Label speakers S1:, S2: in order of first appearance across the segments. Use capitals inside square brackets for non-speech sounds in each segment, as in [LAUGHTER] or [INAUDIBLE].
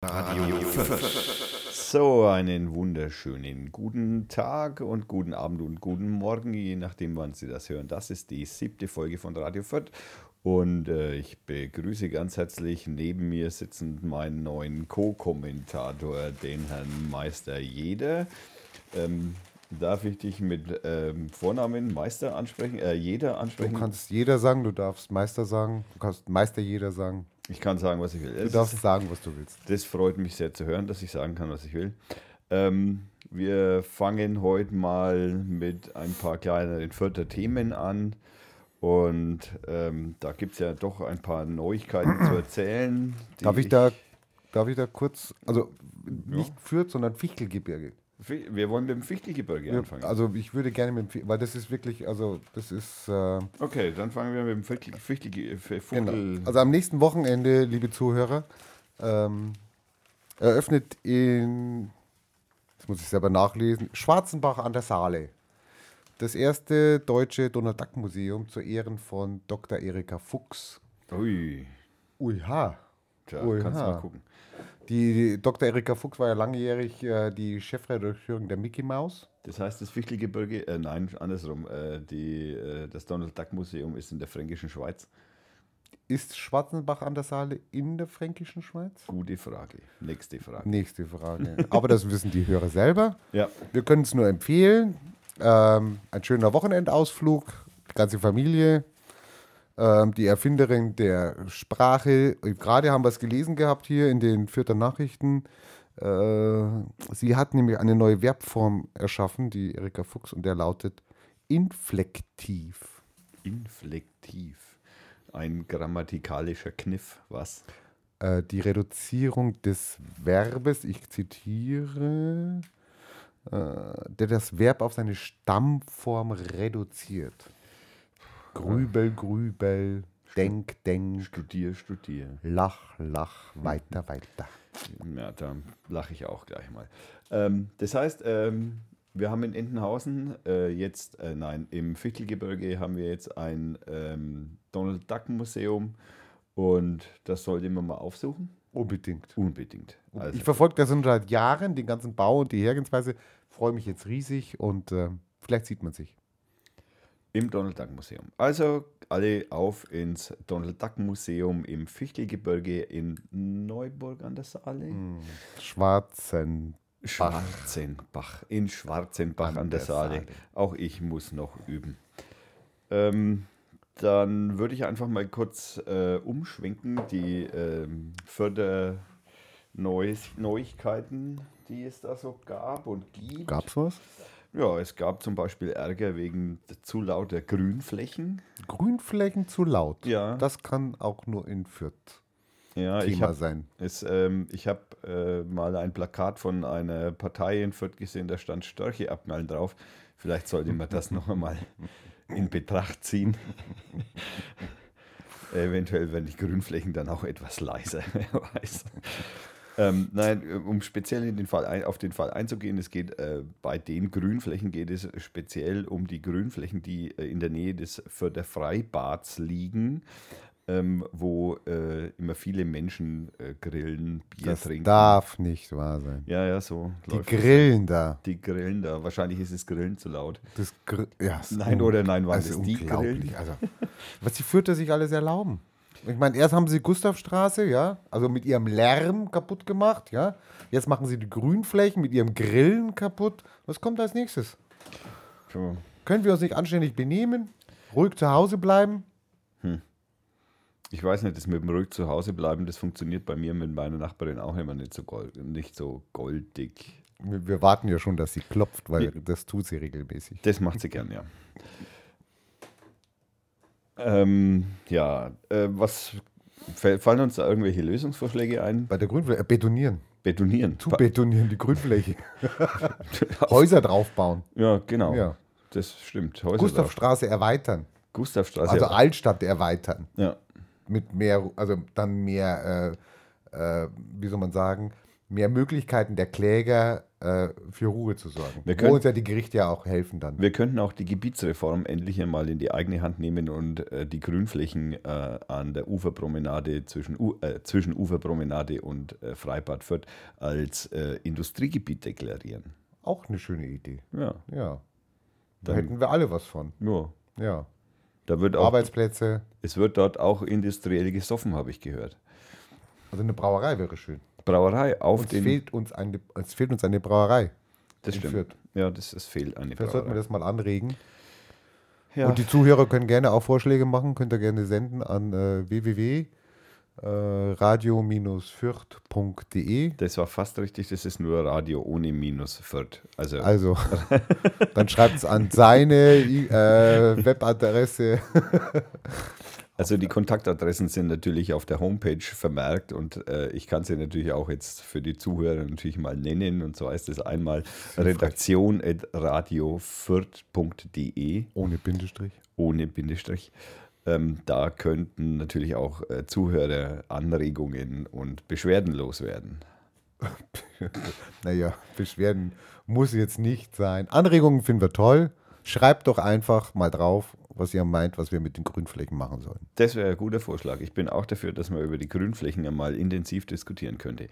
S1: Radio So, einen wunderschönen guten Tag und guten Abend und guten Morgen, je nachdem, wann Sie das hören. Das ist die siebte Folge von Radio Fürth und äh, ich begrüße ganz herzlich neben mir sitzend meinen neuen Co-Kommentator, den Herrn Meister Jeder. Ähm, darf ich dich mit ähm, Vornamen Meister ansprechen? Äh, jeder ansprechen?
S2: Du kannst jeder sagen, du darfst Meister sagen, du kannst Meister jeder sagen.
S1: ich kann sagen, was ich will.
S2: Du darfst sagen, was du willst.
S1: Das freut mich sehr zu hören, dass ich sagen kann, was ich will. Ähm, wir fangen heute mal mit ein paar kleineren vierter Themen an. Und ähm, da gibt es ja doch ein paar Neuigkeiten zu erzählen. die
S2: Darf ich da, darf ich da kurz, also nicht Fürth, sondern Fichtelgebirge.
S1: Fi- Wir wollen mit dem Fichtelgebirge anfangen.
S2: Also ich würde gerne mit dem, Fi- weil das ist wirklich, also das ist, äh,
S1: okay, dann fangen wir mit dem Fichtel- Fichtelge- F- Fuchtel.
S2: genau. also am nächsten Wochenende, liebe Zuhörer, ähm, eröffnet in, jetzt muss ich selber nachlesen, Schwarzenbach an der Saale. Das erste deutsche Donald-Duck-Museum zu Ehren von Dr. Erika Fuchs.
S1: Ui,
S2: Ui, ha.
S1: da
S2: Also- Ui,
S1: kannst du
S2: ha.
S1: mal gucken.
S2: Die, die Dr. Erika Fuchs war ja langjährig äh, die Chefredakteurin der Mickey Mouse.
S1: Das heißt, das Fichtelgebirge, äh, nein, andersrum, äh, die, äh, das Donald Duck Museum ist in der Fränkischen Schweiz.
S2: Ist Schwarzenbach an der Saale in der fränkischen Schweiz?
S1: Gute Frage. Nächste Frage.
S2: Nächste Frage. Aber das wissen die Hörer selber.
S1: Ja,
S2: Wir können es nur empfehlen. Ähm, ein schöner Wochenendausflug, die ganze Familie. Ähm, die Erfinderin der Sprache. Gerade haben wir es gelesen gehabt hier in den Vierter Nachrichten. Äh, sie hat nämlich eine neue Verbform erschaffen, die Erika Fuchs, und der lautet inflektiv.
S1: inflektiv. Ein grammatikalischer Kniff, was?
S2: äh, die Reduzierung des Verbes, ich zitiere, äh, der das Verb auf seine Stammform reduziert. Grübel, grübel, denk, denk,
S1: Studier, studier.
S2: lach, lach, weiter, weiter.
S1: Ja, da lache ich auch gleich mal. Ähm, das heißt, ähm, wir haben in Entenhausen äh, jetzt, äh, nein, im Fichtelgebirge haben wir jetzt ein ähm, Donald Duck Museum und das sollte man mal aufsuchen.
S2: Unbedingt.
S1: Unbedingt. Also,
S2: Ich verfolge das schon seit Jahren, den ganzen Bau und die Hergehensweise. Freue mich jetzt riesig und äh, vielleicht sieht man sich.
S1: Im Donald Duck Museum. Also alle auf ins Donald Duck Museum im Fichtelgebirge in Neuburg an der Saale.
S2: Schwarzen.
S1: Schwarzenbach. In Schwarzenbach an, der, Saale.
S2: Saale.
S1: Auch ich muss noch üben. Ähm, dann würde ich einfach mal kurz äh, umschwenken, die ähm, Förder Neues- Neuigkeiten, die es da so gab und gibt.
S2: Gab's was?
S1: Ja, es gab zum Beispiel Ärger wegen zu lauter Grünflächen.
S2: Grünflächen zu laut.
S1: Ja.
S2: Das kann auch nur in Fürth.
S1: Ja, ich
S2: Thema
S1: habe
S2: sein.
S1: Es, ähm, ich habe äh, mal ein Plakat von einer Partei in Fürth gesehen, da stand Störche abknallen drauf. Vielleicht sollte man das noch einmal in Betracht ziehen. Eventuell werden die Grünflächen dann auch etwas leiser, [LAUGHS] wer weiß. Ähm, nein, um speziell in den Fall ein, auf den Fall einzugehen, es geht äh, bei den Grünflächen geht es speziell um die Grünflächen, die äh, in der Nähe des Förder Freibads liegen, ähm, wo äh, immer viele Menschen äh, grillen, Bier
S2: Das
S1: trinken.
S2: darf nicht wahr sein.
S1: ja, ja, so
S2: Die
S1: läuft es.
S2: grillen da.
S1: die grillen da. Wahrscheinlich ist es Grillen zu laut.
S2: Das Gr ja, es ist
S1: Nein,
S2: un-
S1: oder nein, waren
S2: also
S1: es die
S2: unglaublich. Also, was die Fürther sich alles erlauben. Ich meine, erst haben sie Gustavstraße, ja, also mit ihrem Lärm kaputt gemacht, ja. Jetzt machen sie die Grünflächen mit ihrem Grillen kaputt. Was kommt als nächstes?
S1: So.
S2: Können wir uns nicht anständig benehmen? Ruhig zu Hause bleiben?
S1: Ich weiß nicht, das mit dem Ruhig zu Hause bleiben, das funktioniert bei mir mit meiner Nachbarin auch immer nicht so, gold, nicht so goldig.
S2: Wir, wir warten ja schon, dass sie klopft, weil
S1: Ja.
S2: das tut sie regelmäßig.
S1: Das macht sie gern, ja. Ähm, ja, äh, was fäll- fallen uns da irgendwelche Lösungsvorschläge ein?
S2: Bei der Grünfläche, äh, betonieren.
S1: Betonieren.
S2: Zu
S1: Pa-
S2: betonieren,
S1: [LAUGHS]
S2: die Grünfläche. Häuser draufbauen.
S1: ja, genau.
S2: Ja.
S1: Das stimmt. Häuser drauf.
S2: Gustavstraße erweitern.
S1: Gustavstraße.
S2: Also
S1: ja.
S2: Altstadt erweitern.
S1: ja.
S2: Mit mehr, also dann mehr, äh, äh, wie soll man sagen, mehr Möglichkeiten der Kläger, äh, für Ruhe zu sorgen.
S1: Wir
S2: Wo
S1: können-
S2: uns ja die Gerichte ja auch helfen dann.
S1: Wir könnten auch die Gebietsreform endlich einmal in die eigene Hand nehmen und äh, die Grünflächen äh, an der Uferpromenade zwischen, U äh, zwischen Uferpromenade und äh, Freibad Fürth als äh, Industriegebiet deklarieren.
S2: Auch eine schöne Idee.
S1: Ja,
S2: Ja. Da
S1: Dann-
S2: hätten wir alle was von.
S1: nur.
S2: Ja.
S1: Da wird auch,
S2: Arbeitsplätze.
S1: es wird dort auch industriell gesoffen, habe ich gehört.
S2: Also eine Brauerei wäre schön.
S1: Brauerei auf
S2: Uns
S1: den.
S2: fehlt uns, eine, uns fehlt uns eine Brauerei.
S1: das
S2: in
S1: stimmt.
S2: Fürth.
S1: Ja, das, das fehlt eine
S2: Vielleicht sollten wir
S1: Brauerei.
S2: das mal anregen.
S1: Ja.
S2: Und die Zuhörer können gerne auch Vorschläge machen, könnt ihr gerne senden an äh, www.radio-fürth.de.
S1: das war fast richtig, das ist nur Radio ohne Minus Fürth. Also,
S2: Also, dann schreibt es an seine äh, Webadresse.
S1: also die Kontaktadressen sind natürlich auf der Homepage vermerkt und äh, ich kann sie natürlich auch jetzt für die Zuhörer natürlich mal nennen. Und so heißt es einmal redaktion.radiofürth.de.
S2: Ohne Bindestrich.
S1: ohne Bindestrich. Ähm, da könnten natürlich auch äh, Zuhörer Anregungen und Beschwerden loswerden.
S2: Naja, Beschwerden muss jetzt nicht sein. Anregungen finden wir toll. Schreibt doch einfach mal drauf, was ihr meint, was wir mit den Grünflächen machen sollen.
S1: Das wäre ein guter Vorschlag. Ich bin auch dafür, dass man über die Grünflächen einmal intensiv diskutieren könnte.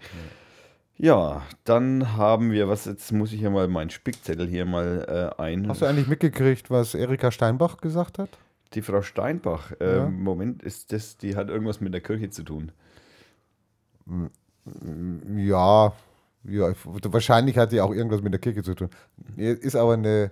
S1: Ja, dann haben wir was. Jetzt muss ich ja mal meinen Spickzettel hier mal äh, ein.
S2: Hast du eigentlich mitgekriegt, was Erika Steinbach gesagt hat?
S1: die Frau Steinbach. Äh,
S2: Ja.
S1: Moment, ist das? Die hat irgendwas mit der Kirche zu tun.
S2: Ja, ja, wahrscheinlich hat die auch irgendwas mit der Kirche zu tun. Ist aber eine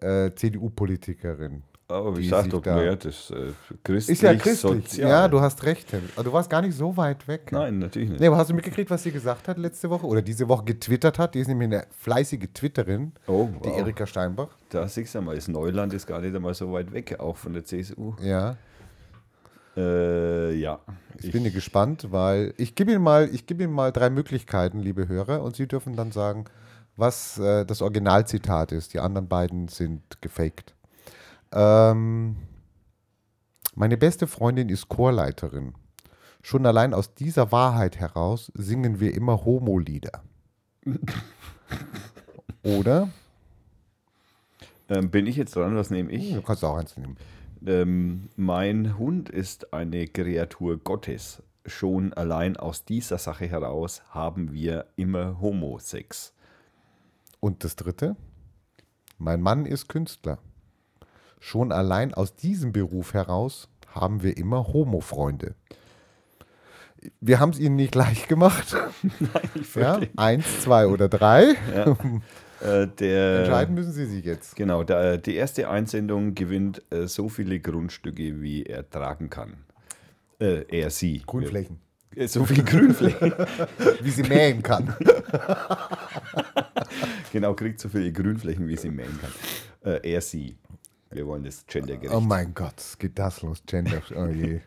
S2: äh, CDU-Politikerin.
S1: Aber
S2: Die
S1: Oh, ich sag
S2: sich
S1: doch,
S2: da-
S1: naja, das äh, christlich,
S2: Ist ja christlich.
S1: sozial.
S2: Ja, du hast recht, Tim. Also, du warst gar nicht so weit weg.
S1: Nein, natürlich nicht.
S2: Nee, aber hast du mitgekriegt, was sie gesagt hat letzte Woche oder diese Woche getwittert hat? Die ist nämlich eine fleißige Twitterin,
S1: Oh,
S2: die
S1: wow.
S2: Erika Steinbach.
S1: Da siehst du mal, das Neuland ist gar nicht einmal so weit weg, auch von der CSU.
S2: Ja.
S1: Äh, ja.
S2: Ich, bin gespannt, weil ich gebe Ihnen mal, ich gebe Ihnen mal drei Möglichkeiten, liebe Hörer, und Sie dürfen dann sagen, was äh, das Originalzitat ist. Die anderen beiden sind gefaked. Ähm, meine beste Freundin ist Chorleiterin. Schon allein aus dieser Wahrheit heraus singen wir immer Homo-Lieder. Oder?
S1: ähm, bin ich jetzt dran, was nehme ich?
S2: Du Hm, kannst auch eins nehmen.
S1: Ähm, mein Hund ist eine Kreatur Gottes. Schon allein aus dieser Sache heraus haben wir immer Homosex.
S2: Und das dritte, mein Mann ist Künstler. Schon allein aus diesem Beruf heraus haben wir immer Homo-Freunde. Wir haben es ihnen nicht leicht gemacht. ja? Eins, zwei oder drei.
S1: Äh, der,
S2: Entscheiden müssen sie sich jetzt.
S1: genau, der, die erste Einsendung gewinnt äh, so viele Grundstücke, wie er tragen kann. Äh, er, sie.
S2: Grünflächen.
S1: Äh, So viele Grünflächen. [LAUGHS]
S2: Wie sie mähen kann.
S1: Genau, kriegt so viele Grünflächen, wie sie mähen kann. Äh, er, sie. Wir wollen das gendergerecht.
S2: Oh mein Gott, es geht das los? Gender. Oh je.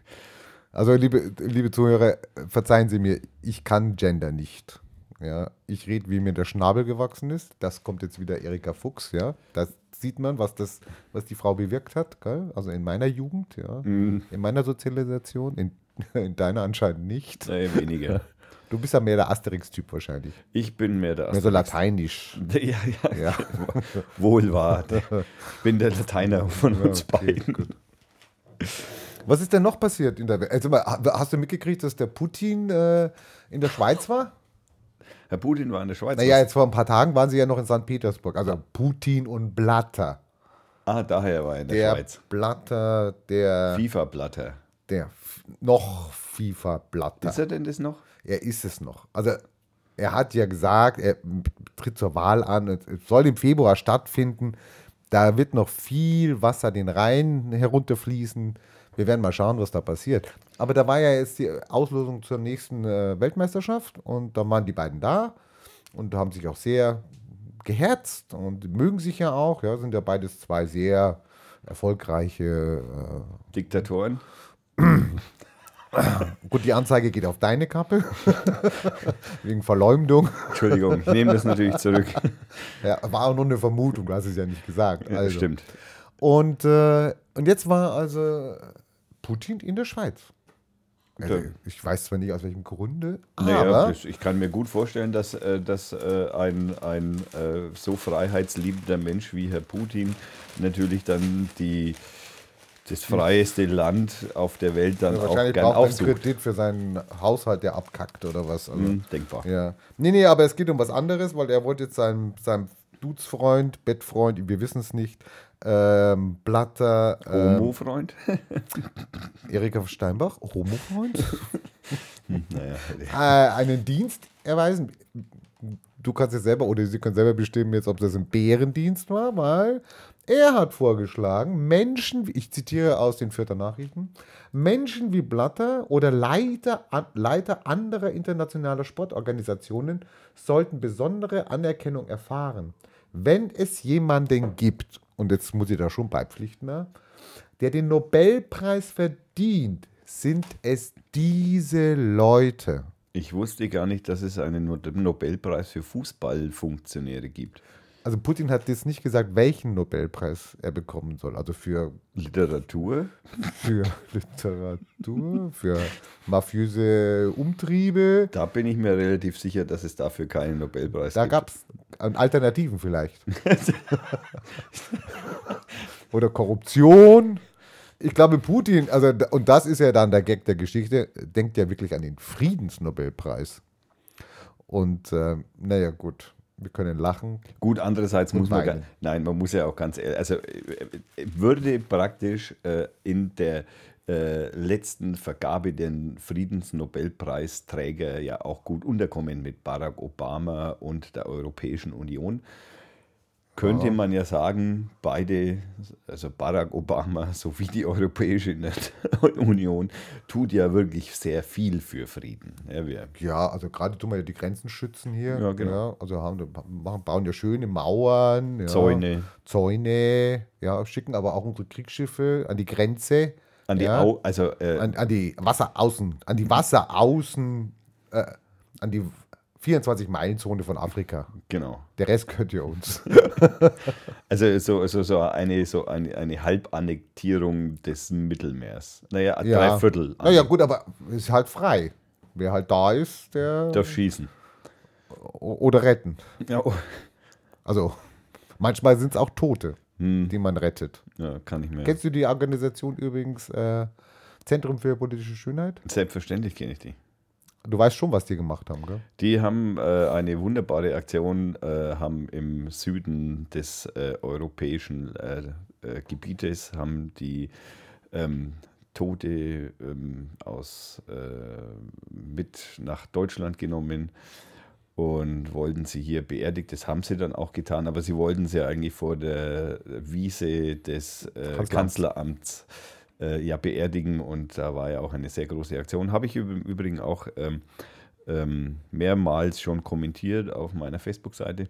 S2: Also, liebe, liebe Zuhörer, verzeihen Sie mir, ich kann Gender nicht. Ja, ich rede, wie mir der Schnabel gewachsen ist. Das kommt jetzt wieder Erika Fuchs, ja. Da sieht man, was, das, was die Frau bewirkt hat, gell? Also in meiner Jugend, ja. In meiner Sozialisation, in, [LAUGHS] in deiner anscheinend nicht.
S1: Nee, Äh, weniger.
S2: Du bist ja mehr der Asterix-Typ wahrscheinlich.
S1: Ich bin mehr der
S2: Mehr so lateinisch.
S1: Ast- Ja, [LAUGHS] ja,
S2: Ja. [LAUGHS]
S1: wohl wahr. Bin der Lateiner von uns
S2: okay,
S1: beiden.
S2: Was ist denn noch passiert in der Welt? Also, mal, hast du mitgekriegt, dass der Putin äh, in der Schweiz war?
S1: Herr Putin war in der Schweiz.
S2: Naja, jetzt vor ein paar Tagen waren sie ja noch in St. Petersburg. Also Putin und Blatter.
S1: Ah, daher war er in der,
S2: Der
S1: Schweiz.
S2: Blatter, der,
S1: FIFA-Blatter.
S2: der F- noch FIFA-Blatter.
S1: Ist er denn das noch?
S2: Er ist es noch. Also er hat ja gesagt, er tritt zur Wahl an, es soll im Februar stattfinden. Da wird noch viel Wasser den Rhein herunterfließen. Wir werden mal schauen, was da passiert. Aber da war ja jetzt die Auslosung zur nächsten äh, Weltmeisterschaft und da waren die beiden da und haben sich auch sehr geherzt und mögen sich ja auch. Ja, sind ja beides zwei sehr erfolgreiche äh,
S1: Diktatoren?
S2: Gut, die Anzeige geht auf deine Kappe. [LAUGHS] Wegen Verleumdung.
S1: Entschuldigung, ich nehme das natürlich zurück.
S2: Ja, war auch nur eine Vermutung, du hast es ja nicht gesagt.
S1: [LAUGHS]
S2: Also.
S1: Stimmt.
S2: Und, äh, und jetzt war also Putin in der Schweiz. Also, ich weiß zwar nicht aus welchem Grunde,
S1: Naja,
S2: aber
S1: das, ich kann mir gut vorstellen, dass, äh, dass äh, ein, ein äh, so freiheitsliebender Mensch wie Herr Putin natürlich dann die, das freieste Land auf der Welt dann
S2: Hm. Ja,
S1: auch
S2: wahrscheinlich
S1: gern
S2: braucht er einen
S1: aufsucht.
S2: Kredit für seinen Haushalt, der abkackt oder was. Also,
S1: Hm, denkbar.
S2: Ja. Nee, nee, aber es geht um was anderes, weil er wollte jetzt seinem, seinem Dudes-Freund, Bettfreund, wir wissen es nicht, ähm, Blatter,
S1: [LAUGHS]
S2: ähm,
S1: Homo-Freund?
S2: Erika Steinbach, Homo-Freund,
S1: naja,
S2: äh, einen Dienst erweisen. Du kannst jetzt selber oder sie können selber bestimmen, jetzt, ob das ein Bärendienst war, weil er hat vorgeschlagen, Menschen, wie- ich zitiere aus den Vierter Nachrichten, Menschen wie Blatter oder Leiter, an, Leiter anderer internationaler Sportorganisationen sollten besondere Anerkennung erfahren. Wenn es jemanden gibt, und jetzt muss ich da schon beipflichten, ne, der den Nobelpreis verdient, sind es diese Leute.
S1: ich wusste gar nicht, dass es einen No- Nobelpreis für Fußballfunktionäre gibt.
S2: Also Putin hat jetzt nicht gesagt, welchen Nobelpreis er bekommen soll. Also für,
S1: Literatur?
S2: für [LAUGHS] Literatur, für mafiöse Umtriebe.
S1: Da bin ich mir relativ sicher, dass es dafür keinen Nobelpreis
S2: Da
S1: gibt.
S2: gab es Alternativen vielleicht. Oder Korruption. Ich glaube, Putin, also d- und das ist ja dann der Gag der Geschichte, denkt ja wirklich an den Friedensnobelpreis. Und äh, naja, gut, wir können lachen.
S1: Gut, andererseits muss man,
S2: weinen.
S1: ga- nein, man muss ja auch ganz ehrlich, also äh, äh, würde praktisch äh, in der äh, letzten Vergabe den Friedensnobelpreisträger ja auch gut unterkommen mit Barack Obama und der Europäischen Union. Könnte man ja sagen, beide, also Barack Obama [LAUGHS] sowie die Europäische Union, tut ja wirklich sehr viel für Frieden. Ja, wir
S2: Ja, also gerade tun wir ja die Grenzen schützen hier.
S1: Ja, genau.
S2: Ja, also haben, machen, bauen ja schöne Mauern. Ja,
S1: Zäune.
S2: Zäune. Ja, schicken aber auch unsere Kriegsschiffe an die Grenze.
S1: an die,
S2: ja,
S1: Au also äh,
S2: an, an die Wasseraußen. An die Wasseraußen. Äh, an die 24-Meilen-Zone von Afrika.
S1: genau.
S2: Der Rest gehört ja uns.
S1: Also so, so, so eine, so eine, eine Halbannektierung des Mittelmeers. Naja, [LAUGHS]
S2: Ja.
S1: drei Viertel.
S2: Naja, gut, aber ist halt frei. Wer halt da ist, der.
S1: Darf schießen.
S2: o- oder retten.
S1: Ja, oh.
S2: Also, manchmal sind es auch Tote,
S1: Hm.
S2: die man rettet.
S1: ja, kann ich mir.
S2: Kennst du die Organisation übrigens äh, Zentrum für politische Schönheit?
S1: Selbstverständlich kenne ich die.
S2: Du weißt schon, was die gemacht haben, gell?
S1: Die haben äh, eine wunderbare Aktion, äh, haben im Süden des äh, europäischen äh, äh, Gebietes, haben die ähm, Tote ähm, aus, äh, mit nach Deutschland genommen und wollten sie hier beerdigt. Das haben sie dann auch getan, aber sie wollten sie eigentlich vor der Wiese des äh,
S2: Kanzleramts.
S1: Kanzleramts äh, ja, beerdigen und da war ja auch eine sehr große Aktion. Habe ich üb- im Übrigen auch ähm, ähm, mehrmals schon kommentiert auf meiner Facebook-Seite.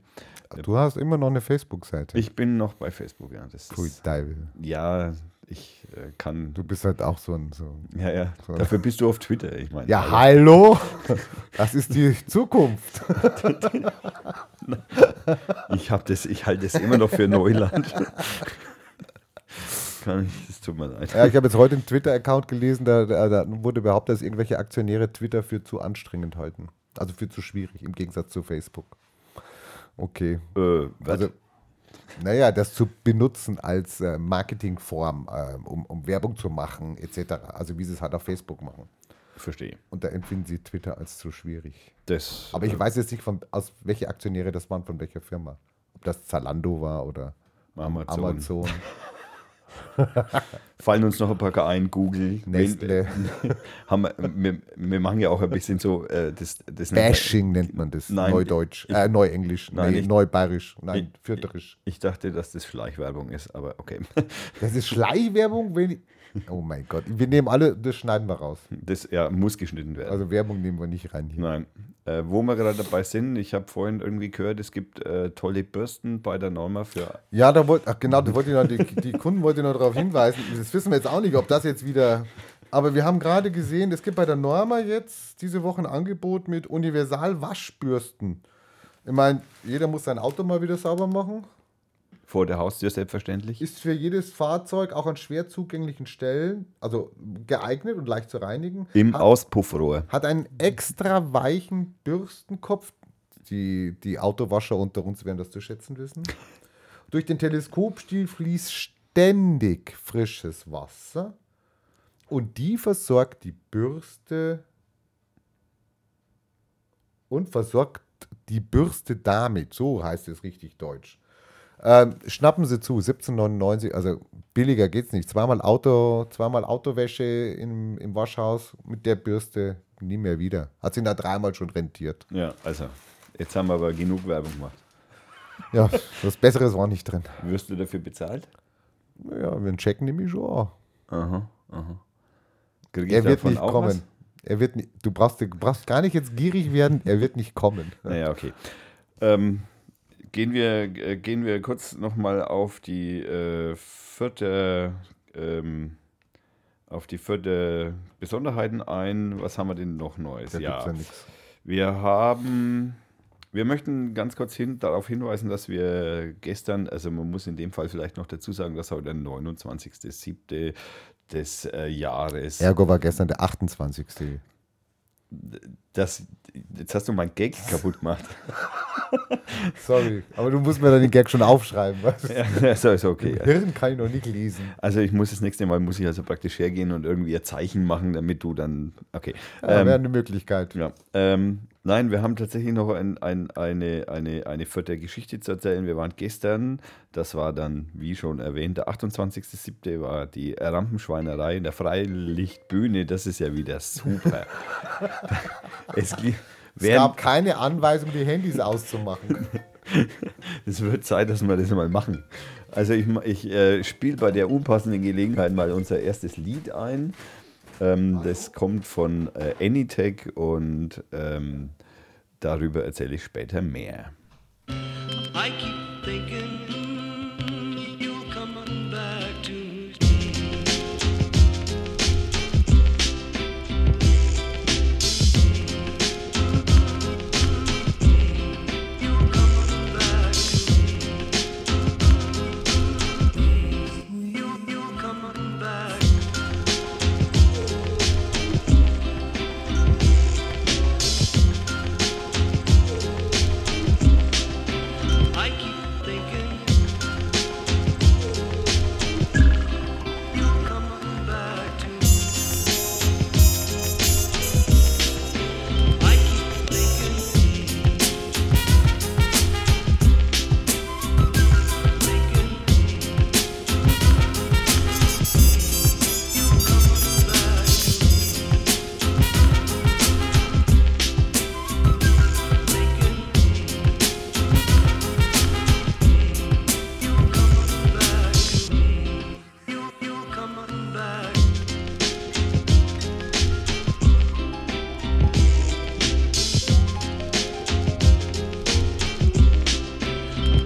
S2: Du hast immer noch eine Facebook-Seite.
S1: Ich bin noch bei Facebook, ja. Das
S2: Pfui,
S1: ist,
S2: Deibel.
S1: ja, ich äh, kann.
S2: Du bist halt auch so ein. So. ein-
S1: Ja, ja. Dafür bist du auf Twitter. Ich meine,
S2: Ja,
S1: also-
S2: hallo! [LAUGHS] Das ist die Zukunft.
S1: Ich habe das, ich halte das immer noch für
S2: [LAUGHS]
S1: Neuland. Kann ich, das tut mir leid.
S2: Ja, ich habe jetzt heute einen Twitter-Account gelesen, da, da, da wurde behauptet, dass irgendwelche Aktionäre Twitter für zu anstrengend halten. Also für zu schwierig, im Gegensatz zu Facebook. Okay.
S1: Äh, was?
S2: Also, naja, das zu benutzen als äh, Marketingform, äh, um, um Werbung zu machen, etc. Also wie sie es halt auf Facebook machen.
S1: Verstehe.
S2: Und da empfinden sie Twitter als zu schwierig.
S1: Das,
S2: Aber ich weiß jetzt nicht, von, aus welche Aktionäre das waren, von welcher Firma. Ob das Zalando war oder
S1: Amazon.
S2: Amazon,
S1: [LAUGHS] Fallen uns noch ein paar ein, Google,
S2: Nestle.
S1: Wenn- äh, Haben wir, wir, wir machen ja auch ein bisschen so äh, das, das nennt man-
S2: Bashing nennt man das.
S1: Nein,
S2: Neudeutsch. äh, Neuenglisch.
S1: Nein,
S2: nee,
S1: ich-
S2: Neubayerisch. Nein,
S1: Ich-
S2: Fürterisch.
S1: Ich dachte, dass das Schleichwerbung ist, aber okay. [LAUGHS]
S2: Das ist Schleichwerbung, wenn ich, Oh mein Gott. Wir nehmen alle, das schneiden wir raus.
S1: Das ja, muss geschnitten werden.
S2: Also Werbung nehmen wir nicht rein hier.
S1: Nein. Äh, wo wir gerade dabei sind, ich habe vorhin irgendwie gehört, es gibt äh, tolle Bürsten bei der Norma für.
S2: Ja, da wollte, ach genau, da wollte ich noch, die, die Kunden wollte ich noch darauf hinweisen. Das wissen wir jetzt auch nicht, ob das jetzt wieder. Aber wir haben gerade gesehen, es gibt bei der Norma jetzt diese Woche ein Angebot mit Universal-Waschbürsten. Ich meine, jeder muss sein Auto mal wieder sauber machen.
S1: Vor der Haustür selbstverständlich.
S2: Ist für jedes Fahrzeug auch an schwer zugänglichen Stellen, also geeignet und leicht zu reinigen.
S1: Im
S2: hat,
S1: Auspuffrohr.
S2: hat einen extra weichen Bürstenkopf. Die, die Autowascher unter uns werden das zu schätzen wissen. Durch den Teleskopstiel fließt ständig frisches Wasser. Und die versorgt die Bürste und versorgt die Bürste damit. So heißt es richtig deutsch. Ähm, schnappen Sie zu, 17,99, also billiger geht's nicht. Zweimal Auto, zweimal Autowäsche im, im Waschhaus mit der Bürste, nie mehr wieder. Hat sich da dreimal schon rentiert.
S1: Ja, also, jetzt haben wir aber genug Werbung gemacht.
S2: Ja, [LAUGHS] was Besseres war nicht drin.
S1: Wirst du dafür bezahlt?
S2: Ja, wir checken nämlich schon. auch.
S1: Aha, aha. Krieg ich
S2: Er wird
S1: davon
S2: nicht
S1: auch
S2: kommen. Er wird nicht, du, brauchst, du brauchst gar nicht jetzt gierig werden, er wird
S1: [LAUGHS]
S2: nicht kommen.
S1: Was? Naja, okay. Ähm, gehen, wir, äh, gehen wir kurz nochmal auf die äh, vierte. Ähm, auf die vierte Besonderheiten ein. Was haben wir denn noch Neues?
S2: Da gibt's ja nichts.
S1: Wir haben, wir möchten ganz kurz hin, darauf hinweisen, dass wir gestern, also man muss in dem Fall vielleicht noch dazu sagen, dass heute der 29.07. des äh, Jahres,
S2: Ergo war gestern der 28.
S1: das, jetzt hast du mein Gag kaputt gemacht.
S2: Sorry, aber du musst mir dann den Gag schon aufschreiben. Was?
S1: [LAUGHS] ja, so Also ist okay.
S2: Hirn kann ich noch nicht lesen.
S1: Also ich muss das nächste Mal, muss ich also praktisch hergehen und irgendwie ein Zeichen machen, damit du dann, okay.
S2: Ja,
S1: Ähm,
S2: Wäre eine Möglichkeit.
S1: Ja. Ähm, nein, wir haben tatsächlich noch ein, ein, eine, eine, eine vierte Geschichte zu erzählen. Wir waren gestern, das war dann, wie schon erwähnt, der 28.07. war die Rampenschweinerei in der Freilichtbühne. Das ist ja wieder super. es gibt.
S2: Es gab keine Anweisung, die Handys auszumachen.
S1: Es wird Zeit, dass wir das mal machen. Also ich, ma- ich äh, spiele bei der unpassenden Gelegenheit mal unser erstes Lied ein. Ähm, das kommt von äh, Anytech und ähm, darüber erzähle ich später mehr.
S3: I keep thinking you're coming back to me. You're coming back to me. You- You're coming back. I keep thinking you're coming back to me. I keep thinking, thinking you're coming back to me. Thinking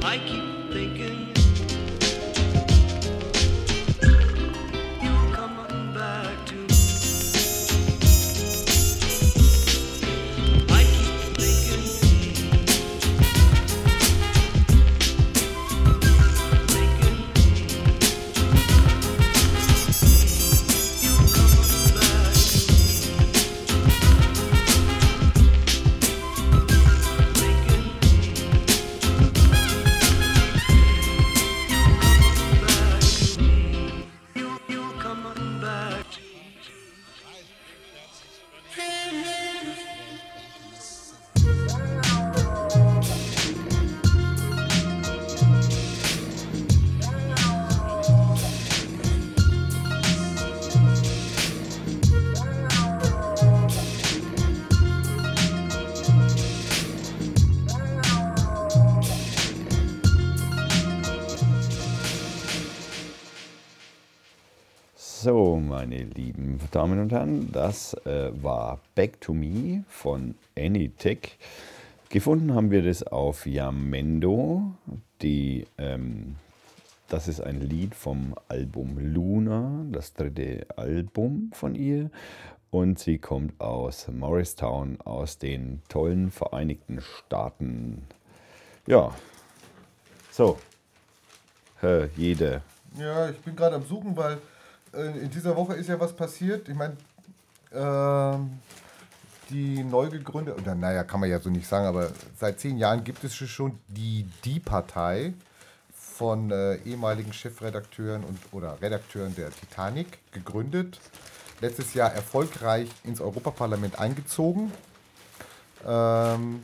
S3: I keep thinking you're coming back to me. I keep thinking you're coming back to me.
S1: So, meine lieben Damen und Herren, das äh, war Back to Me von Anytech. Gefunden haben wir das auf Yamendo. Die, ähm, das ist ein Lied vom Album Luna, das dritte Album von ihr. Und sie kommt aus Morristown, aus den tollen Vereinigten Staaten. Ja, so, Hä, jeder.
S2: [LAUGHS] Ja, ich bin gerade am Suchen, weil äh, in dieser Woche ist ja was passiert. Ich meine, ähm, die neu gegründete, oder naja, kann man ja so nicht sagen, aber seit zehn Jahren gibt es schon die Die Partei von äh, ehemaligen Chefredakteuren und oder Redakteuren der Titanic gegründet. Letztes Jahr erfolgreich ins Europaparlament eingezogen. Ähm,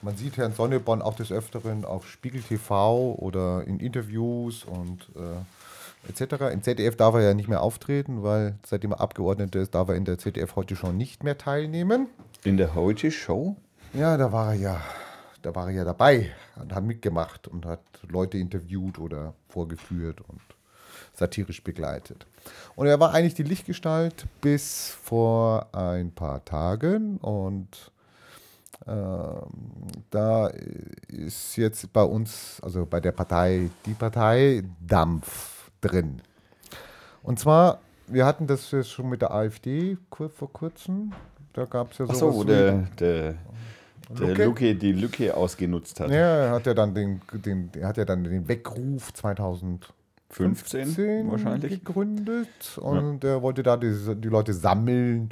S2: man sieht Herrn Sonneborn auch des Öfteren auf Spiegel TV oder in Interviews und äh, etc. Im ZDF darf er ja nicht mehr auftreten, weil seitdem er Abgeordneter ist, darf er in der ZDF heute schon nicht mehr teilnehmen.
S1: In der heute Show?
S2: Ja, da war er ja, da war er ja dabei und hat mitgemacht und hat Leute interviewt oder vorgeführt und satirisch begleitet. Und er war eigentlich die Lichtgestalt bis vor ein paar Tagen und ähm, da ist jetzt bei uns, also bei der Partei, die Partei, Dampf drin. Und zwar, wir hatten das ja schon mit der AfD kur- vor kurzem. Da gab es ja sowas
S1: Achso, wo
S2: wie-
S1: der, der, der
S2: Lücke?
S1: Lücke? die Lücke ausgenutzt hat.
S2: Ja, er hat ja dann den, den, er hat ja dann den Weckruf 2015
S1: 15 wahrscheinlich.
S2: gegründet und er wollte da die, die Leute sammeln,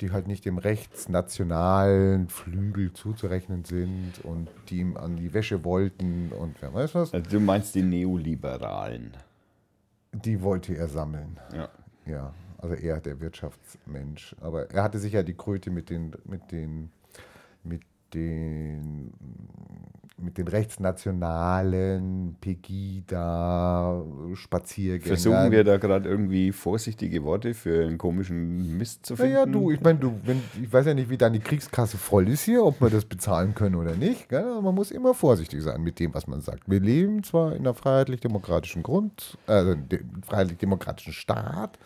S2: die halt nicht dem rechtsnationalen Flügel zuzurechnen sind und die ihm an die Wäsche wollten und wer weiß was.
S1: Also du meinst die Neoliberalen.
S2: Die wollte er sammeln.
S1: Ja.
S2: Ja, also er der Wirtschaftsmensch. Aber er hatte sicher die Kröte mit den, mit den, mit den, mit den rechtsnationalen Pegida, Spaziergängern.
S1: Versuchen wir da gerade irgendwie vorsichtige Worte für einen komischen Mist zu finden.
S2: Naja, du, ich meine, du, wenn, ich weiß ja nicht, wie deine Kriegskasse voll ist hier, ob wir das bezahlen können oder nicht. Gell? Aber Man muss immer vorsichtig sein mit dem, was man sagt. Wir leben zwar in einer freiheitlich-demokratischen Grund, also de- freiheitlich-demokratischen Staat,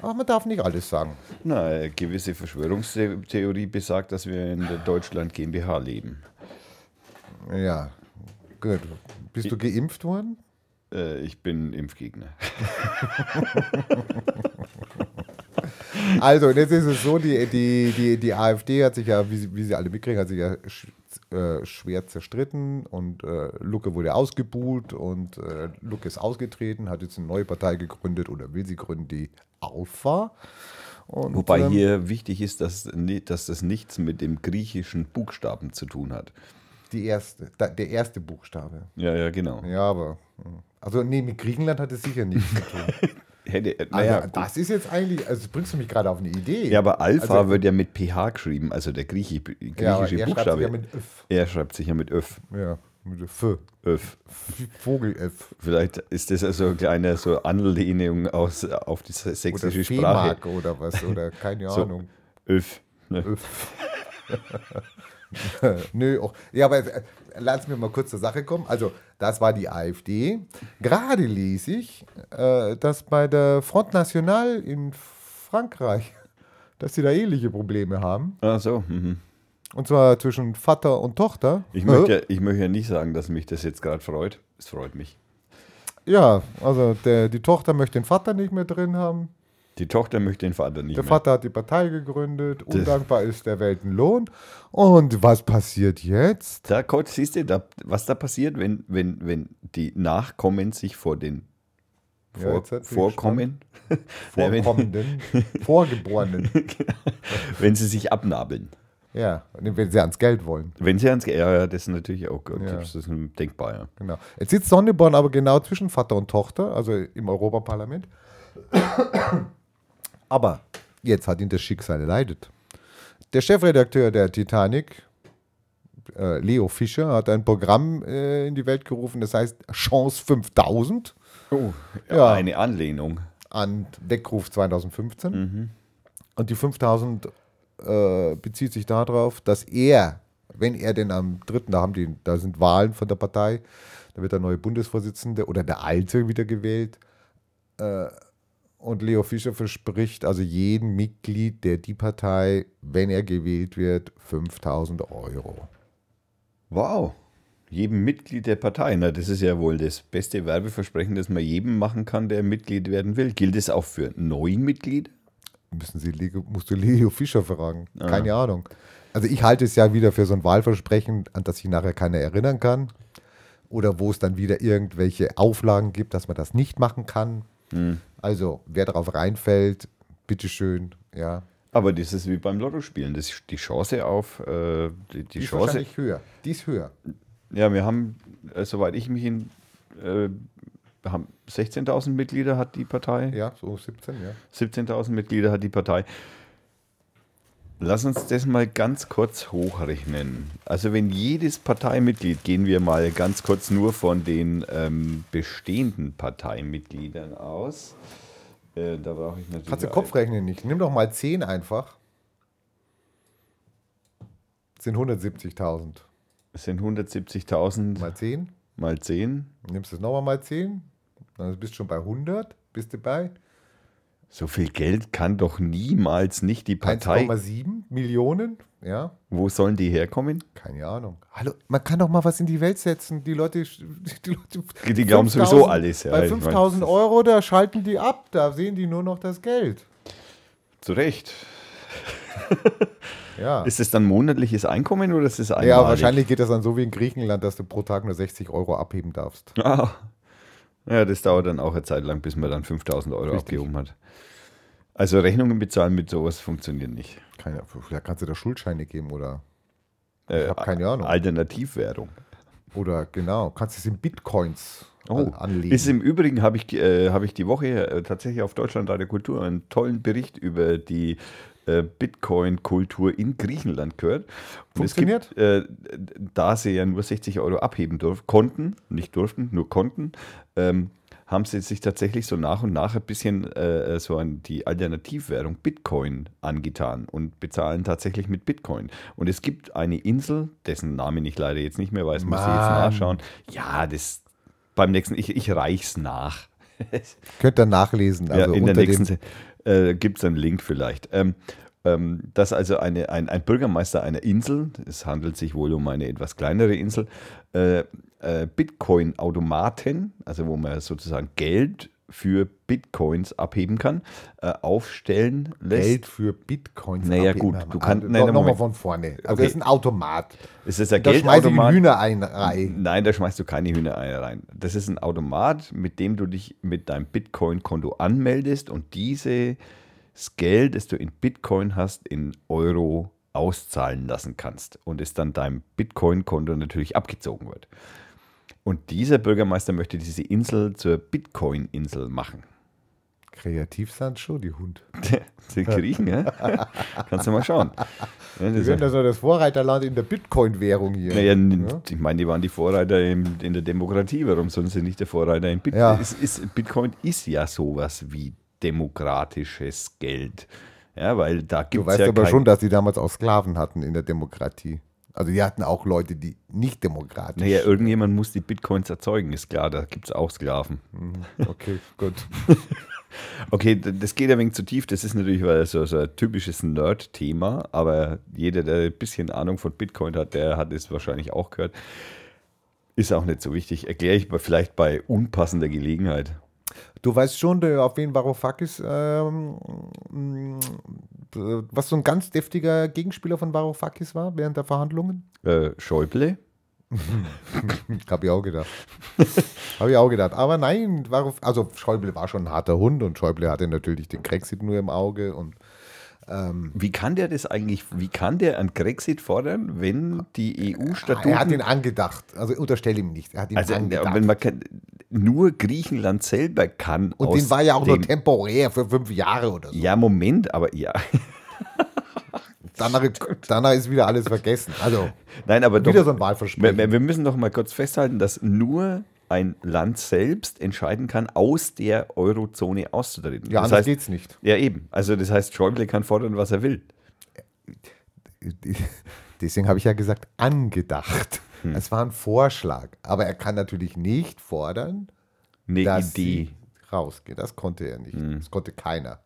S2: aber man darf nicht alles sagen.
S1: Na, eine gewisse Verschwörungstheorie besagt, dass wir in der Deutschland GmbH leben.
S2: Ja, gut. Bist du geimpft worden?
S1: Äh, ich bin
S2: [LAUGHS]
S1: Impfgegner.
S2: Also, und jetzt ist es so, die, die, die, die AfD hat sich ja, wie sie, wie sie alle mitkriegen, hat sich ja sch, äh, schwer zerstritten und äh, Lucke wurde ausgebuht und äh, Lucke ist ausgetreten, hat jetzt eine neue Partei gegründet oder will sie gründen, die Alpha. Und,
S1: Wobei
S2: ähm,
S1: hier wichtig ist, dass, ni- dass das nichts mit dem griechischen Buchstaben zu tun hat.
S2: Die erste, da, der erste Buchstabe.
S1: Ja, ja, genau.
S2: Ja, aber. hm. Also, nee, mit Griechenland hat es sicher nichts zu
S1: [LAUGHS]
S2: tun.
S1: Hätte, äh,
S2: Also,
S1: naja, gut.
S2: das ist jetzt eigentlich, also bringst du mich gerade auf eine Idee.
S1: ja, aber Alpha
S2: Also-
S1: wird ja mit PH geschrieben, also der griechi- griechische
S2: Ja, aber er schreibt
S1: Buchstabe.
S2: sich ja mit F.
S1: er schreibt sich ja mit Öf.
S2: Ja, mit F.
S1: Öf.
S2: Vogel F.
S1: Vielleicht ist das also eine kleine so Anlehnung aus, auf die
S2: Oder
S1: sächsische Sprache.
S2: Fehmark oder was,
S1: [LAUGHS]
S2: oder keine
S1: So,
S2: Ahnung. [LAUGHS]
S1: Öf. Ne?
S2: Nö, auch. Ja, aber äh, lass mir mal kurz zur Sache kommen. Also, das war die AfD. Gerade lese ich, äh, dass bei der Front National in Frankreich, [LAUGHS] dass sie da ähnliche Probleme haben.
S1: Ach so. Mhm.
S2: Und zwar zwischen Vater und Tochter.
S1: Ich, möchte, ja- ich möchte ja nicht sagen, dass mich das jetzt gerade freut. Es freut mich.
S2: Ja, also der, die Tochter möchte den Vater nicht mehr drin haben.
S1: Die Tochter möchte den Vater nicht
S2: Der
S1: mehr.
S2: Vater hat die Partei gegründet. Undankbar ist der Welt ein Lohn. Und was passiert jetzt?
S1: Da, Gott, siehst du, da, was da passiert, wenn, wenn, wenn die Nachkommen sich vor den
S2: Ja,
S1: vor,
S2: jetzt hat sie
S1: Vorkommen, [LAUGHS] Ja, wenn,
S2: Vorkommenden,
S1: [LAUGHS]
S2: Vorgeborenen.
S1: wenn sie sich abnabeln.
S2: Ja, und wenn sie ans Geld wollen.
S1: Wenn sie ans Ge- Ja, ja, das ist natürlich auch gut.
S2: Ja.
S1: Das ist denkbar, ja.
S2: Genau. Jetzt sitzt Sonneborn aber genau zwischen Vater und Tochter, also im Europaparlament. [COUGHS] Aber jetzt hat ihn das Schicksal erleidet. Der Chefredakteur der Titanic, äh, Leo Fischer, hat ein Programm äh, in die Welt gerufen, das heißt Chance 5000.
S1: Oh,
S2: Ja.
S1: Eine Anlehnung.
S2: an Weckruf 2015. Und die 5000 äh, bezieht sich darauf, dass er, wenn er denn am 3., da, haben die, da sind Wahlen von der Partei, da wird der neue Bundesvorsitzende oder der alte wieder gewählt. Äh, und Leo Fischer verspricht also jedem Mitglied der Die Partei, wenn er gewählt wird, 5000 Euro.
S1: Wow. Jedem Mitglied der Partei. Na, das ist ja wohl das beste Werbeversprechen, das man jedem machen kann, der Mitglied werden will. Gilt es auch für Neumitglieder?
S2: Müssen Sie Leo, musst du Leo Fischer fragen. Keine Ahnung. Also ich halte es ja wieder für so ein Wahlversprechen, an das sich nachher keiner erinnern kann. oder wo es dann wieder irgendwelche Auflagen gibt, dass man das nicht machen kann. Also, wer darauf reinfällt, bitteschön, ja.
S1: Aber das ist wie beim Lottospielen. Das, die Chance auf äh, die, die
S2: Die ist
S1: Chance.
S2: wahrscheinlich höher. Die ist höher.
S1: Ja, wir haben, äh, soweit ich mich in äh, wir haben 16.000 Mitglieder hat die Partei.
S2: Ja, so 17, ja.
S1: 17.000 Mitglieder hat die Partei. Lass uns das mal ganz kurz hochrechnen. Also wenn jedes Parteimitglied, gehen wir mal ganz kurz nur von den ähm, bestehenden Parteimitgliedern aus. Äh, da brauche ich natürlich.
S2: Kannst du Kopfrechnen nicht? Nimm doch mal 10 einfach. Sind 170.000.
S1: Es sind 170.000
S2: Mal 10.
S1: mal 10.
S2: Nimmst du es nochmal mal 10. Dann bist du schon bei 100. Bist du bei
S1: So viel Geld kann doch niemals nicht die Partei.
S2: 1,7 Millionen. Ja,
S1: Wo sollen die herkommen?
S2: keine Ahnung. Hallo, man kann doch mal was in die Welt setzen. Die Leute. Die, Leute,
S1: Die glauben sowieso
S2: 5.000
S1: alles, ja,
S2: bei
S1: ich mein,
S2: 5000
S1: das ist-
S2: Euro, da schalten die ab. Da sehen die nur noch das Geld.
S1: Zu Recht.
S2: Ja.
S1: Ist es dann monatliches Einkommen oder ist es einmalig?
S2: ja, wahrscheinlich geht das dann so wie in Griechenland, dass du pro Tag nur 60 Euro abheben darfst.
S1: Ah. Ja, das dauert dann auch eine Zeit lang, bis man dann 5000 Euro abgehoben hat. Also Rechnungen bezahlen mit sowas funktioniert nicht.
S2: Keine, vielleicht kannst du da Schuldscheine geben oder
S1: Äh,
S2: hab keine Ahnung.
S1: Alternativwährung.
S2: Oder genau, kannst es in Bitcoins an- anlegen.
S1: Oh. Ist im Übrigen habe ich, äh, habe ich die Woche äh, tatsächlich auf Deutschland Radio Kultur einen tollen Bericht über die äh, Bitcoin-Kultur in Griechenland gehört. Und Es gibt, äh, da sie ja nur 60 Euro abheben durf konnten, nicht durften, nur konnten, ähm, haben sie sich tatsächlich so nach und nach ein bisschen äh, so an die Alternativwährung Bitcoin angetan und bezahlen tatsächlich mit Bitcoin. Und es gibt eine Insel, dessen Namen ich leider jetzt nicht mehr weiß, muss ich jetzt
S2: Mann.
S1: nachschauen. Ja, das beim nächsten, ich, ich reich's nach. [LAUGHS]
S2: Könnt ihr nachlesen. Also
S1: ja, in der
S2: unter
S1: nächsten
S2: dem,
S1: Se- äh, gibt es einen Link vielleicht. Ähm, ähm, dass also eine, ein, ein Bürgermeister einer Insel, es handelt sich wohl um eine etwas kleinere Insel, äh, äh, Bitcoin-Automaten, also wo man sozusagen Geld für Bitcoins abheben kann, äh, aufstellen lässt.
S2: Geld für Bitcoins.
S1: Naja,
S2: abheben
S1: gut,
S2: haben.
S1: du kannst-
S2: Ah,
S1: nein, nein,
S2: no- Nochmal
S1: Moment.
S2: von vorne. Also
S1: Okay.
S2: das ist ein Automat.
S1: Ist das der
S2: Da schmeiße ich
S1: Geldautomat?
S2: Hühner ein. Rein.
S1: Nein, da schmeißt du keine Hühnereier rein. Das ist ein Automat, mit dem du dich mit deinem Bitcoin-Konto anmeldest und dieses Geld, das du in Bitcoin hast, in Euro auszahlen lassen kannst und es dann deinem Bitcoin-Konto natürlich abgezogen wird. Und dieser Bürgermeister möchte diese Insel zur Bitcoin-Insel machen. [LAUGHS]
S2: Kreativ sind schon die Hund.
S1: Den Griechen, ja? Kannst du mal schauen. Ja, das
S2: Wir sind also das Vorreiterland in der Bitcoin-Währung hier. ne?
S1: Naja, n- ich meine, die waren die Vorreiter in, in der Demokratie. Warum sollen sie nicht der Vorreiter in Bitcoin?
S2: Ja.
S1: Es ist, Bitcoin ist ja sowas wie demokratisches Geld. Ja, weil da gibt
S2: du
S1: es
S2: weißt
S1: ja
S2: aber
S1: kein,
S2: schon, dass die damals auch Sklaven hatten in der Demokratie. Also die hatten auch Leute, die nicht demokratisch.
S1: Naja, irgendjemand muss die Bitcoins erzeugen, ist klar. Da gibt es auch Sklaven.
S2: Okay, gut.
S1: Okay, d- das geht ein wenig zu tief. Das ist natürlich weil so, so ein typisches Nerd-Thema, aber jeder, der ein bisschen Ahnung von Bitcoin hat, der hat es wahrscheinlich auch gehört. Ist auch nicht so wichtig. Erkläre ich aber vielleicht bei unpassender Gelegenheit.
S2: Du weißt schon, der, auf wen Varoufakis, ähm, mm, was so ein ganz deftiger Gegenspieler von Varoufakis war während der Verhandlungen?
S1: Äh, Schäuble?
S2: Hab ich auch gedacht. [LAUGHS] Hab ich auch gedacht. Aber nein, Varouf, also Schäuble war schon ein harter Hund und Schäuble hatte natürlich den Brexit nur im Auge und
S1: Wie kann der das eigentlich, wie kann der einen Grexit fordern, wenn die
S2: Äh, er hat
S1: EU-Statuten,
S2: ihn angedacht. Also unterstell ihm nicht. Er hat ihn
S1: also
S2: angedacht.
S1: wenn man kann, nur Griechenland selber kann
S2: und
S1: aus
S2: den war ja auch nur
S1: dem-
S2: temporär für fünf Jahre oder so.
S1: Ja, Moment, aber ja. [LAUGHS]
S2: Danach, danach ist wieder alles vergessen.
S1: [LAUGHS]
S2: Also
S1: Nein, aber
S2: wieder
S1: doch,
S2: so ein
S1: wir,
S2: Wahlversprechen.
S1: wir wir müssen doch mal kurz festhalten, dass nur ein Land selbst entscheiden kann, aus der Eurozone auszutreten.
S2: ja, anders
S1: das heißt,
S2: geht's nicht. [LAUGHS]
S1: ja, eben. Also das heißt, Schäuble kann fordern, was er will.
S2: Deswegen habe ich ja gesagt, angedacht.
S1: Hm.
S2: Es war ein Vorschlag. Aber er kann natürlich nicht fordern,
S1: Eine
S2: dass
S1: Idee.
S2: sie rausgeht. Das konnte er nicht. Das konnte keiner.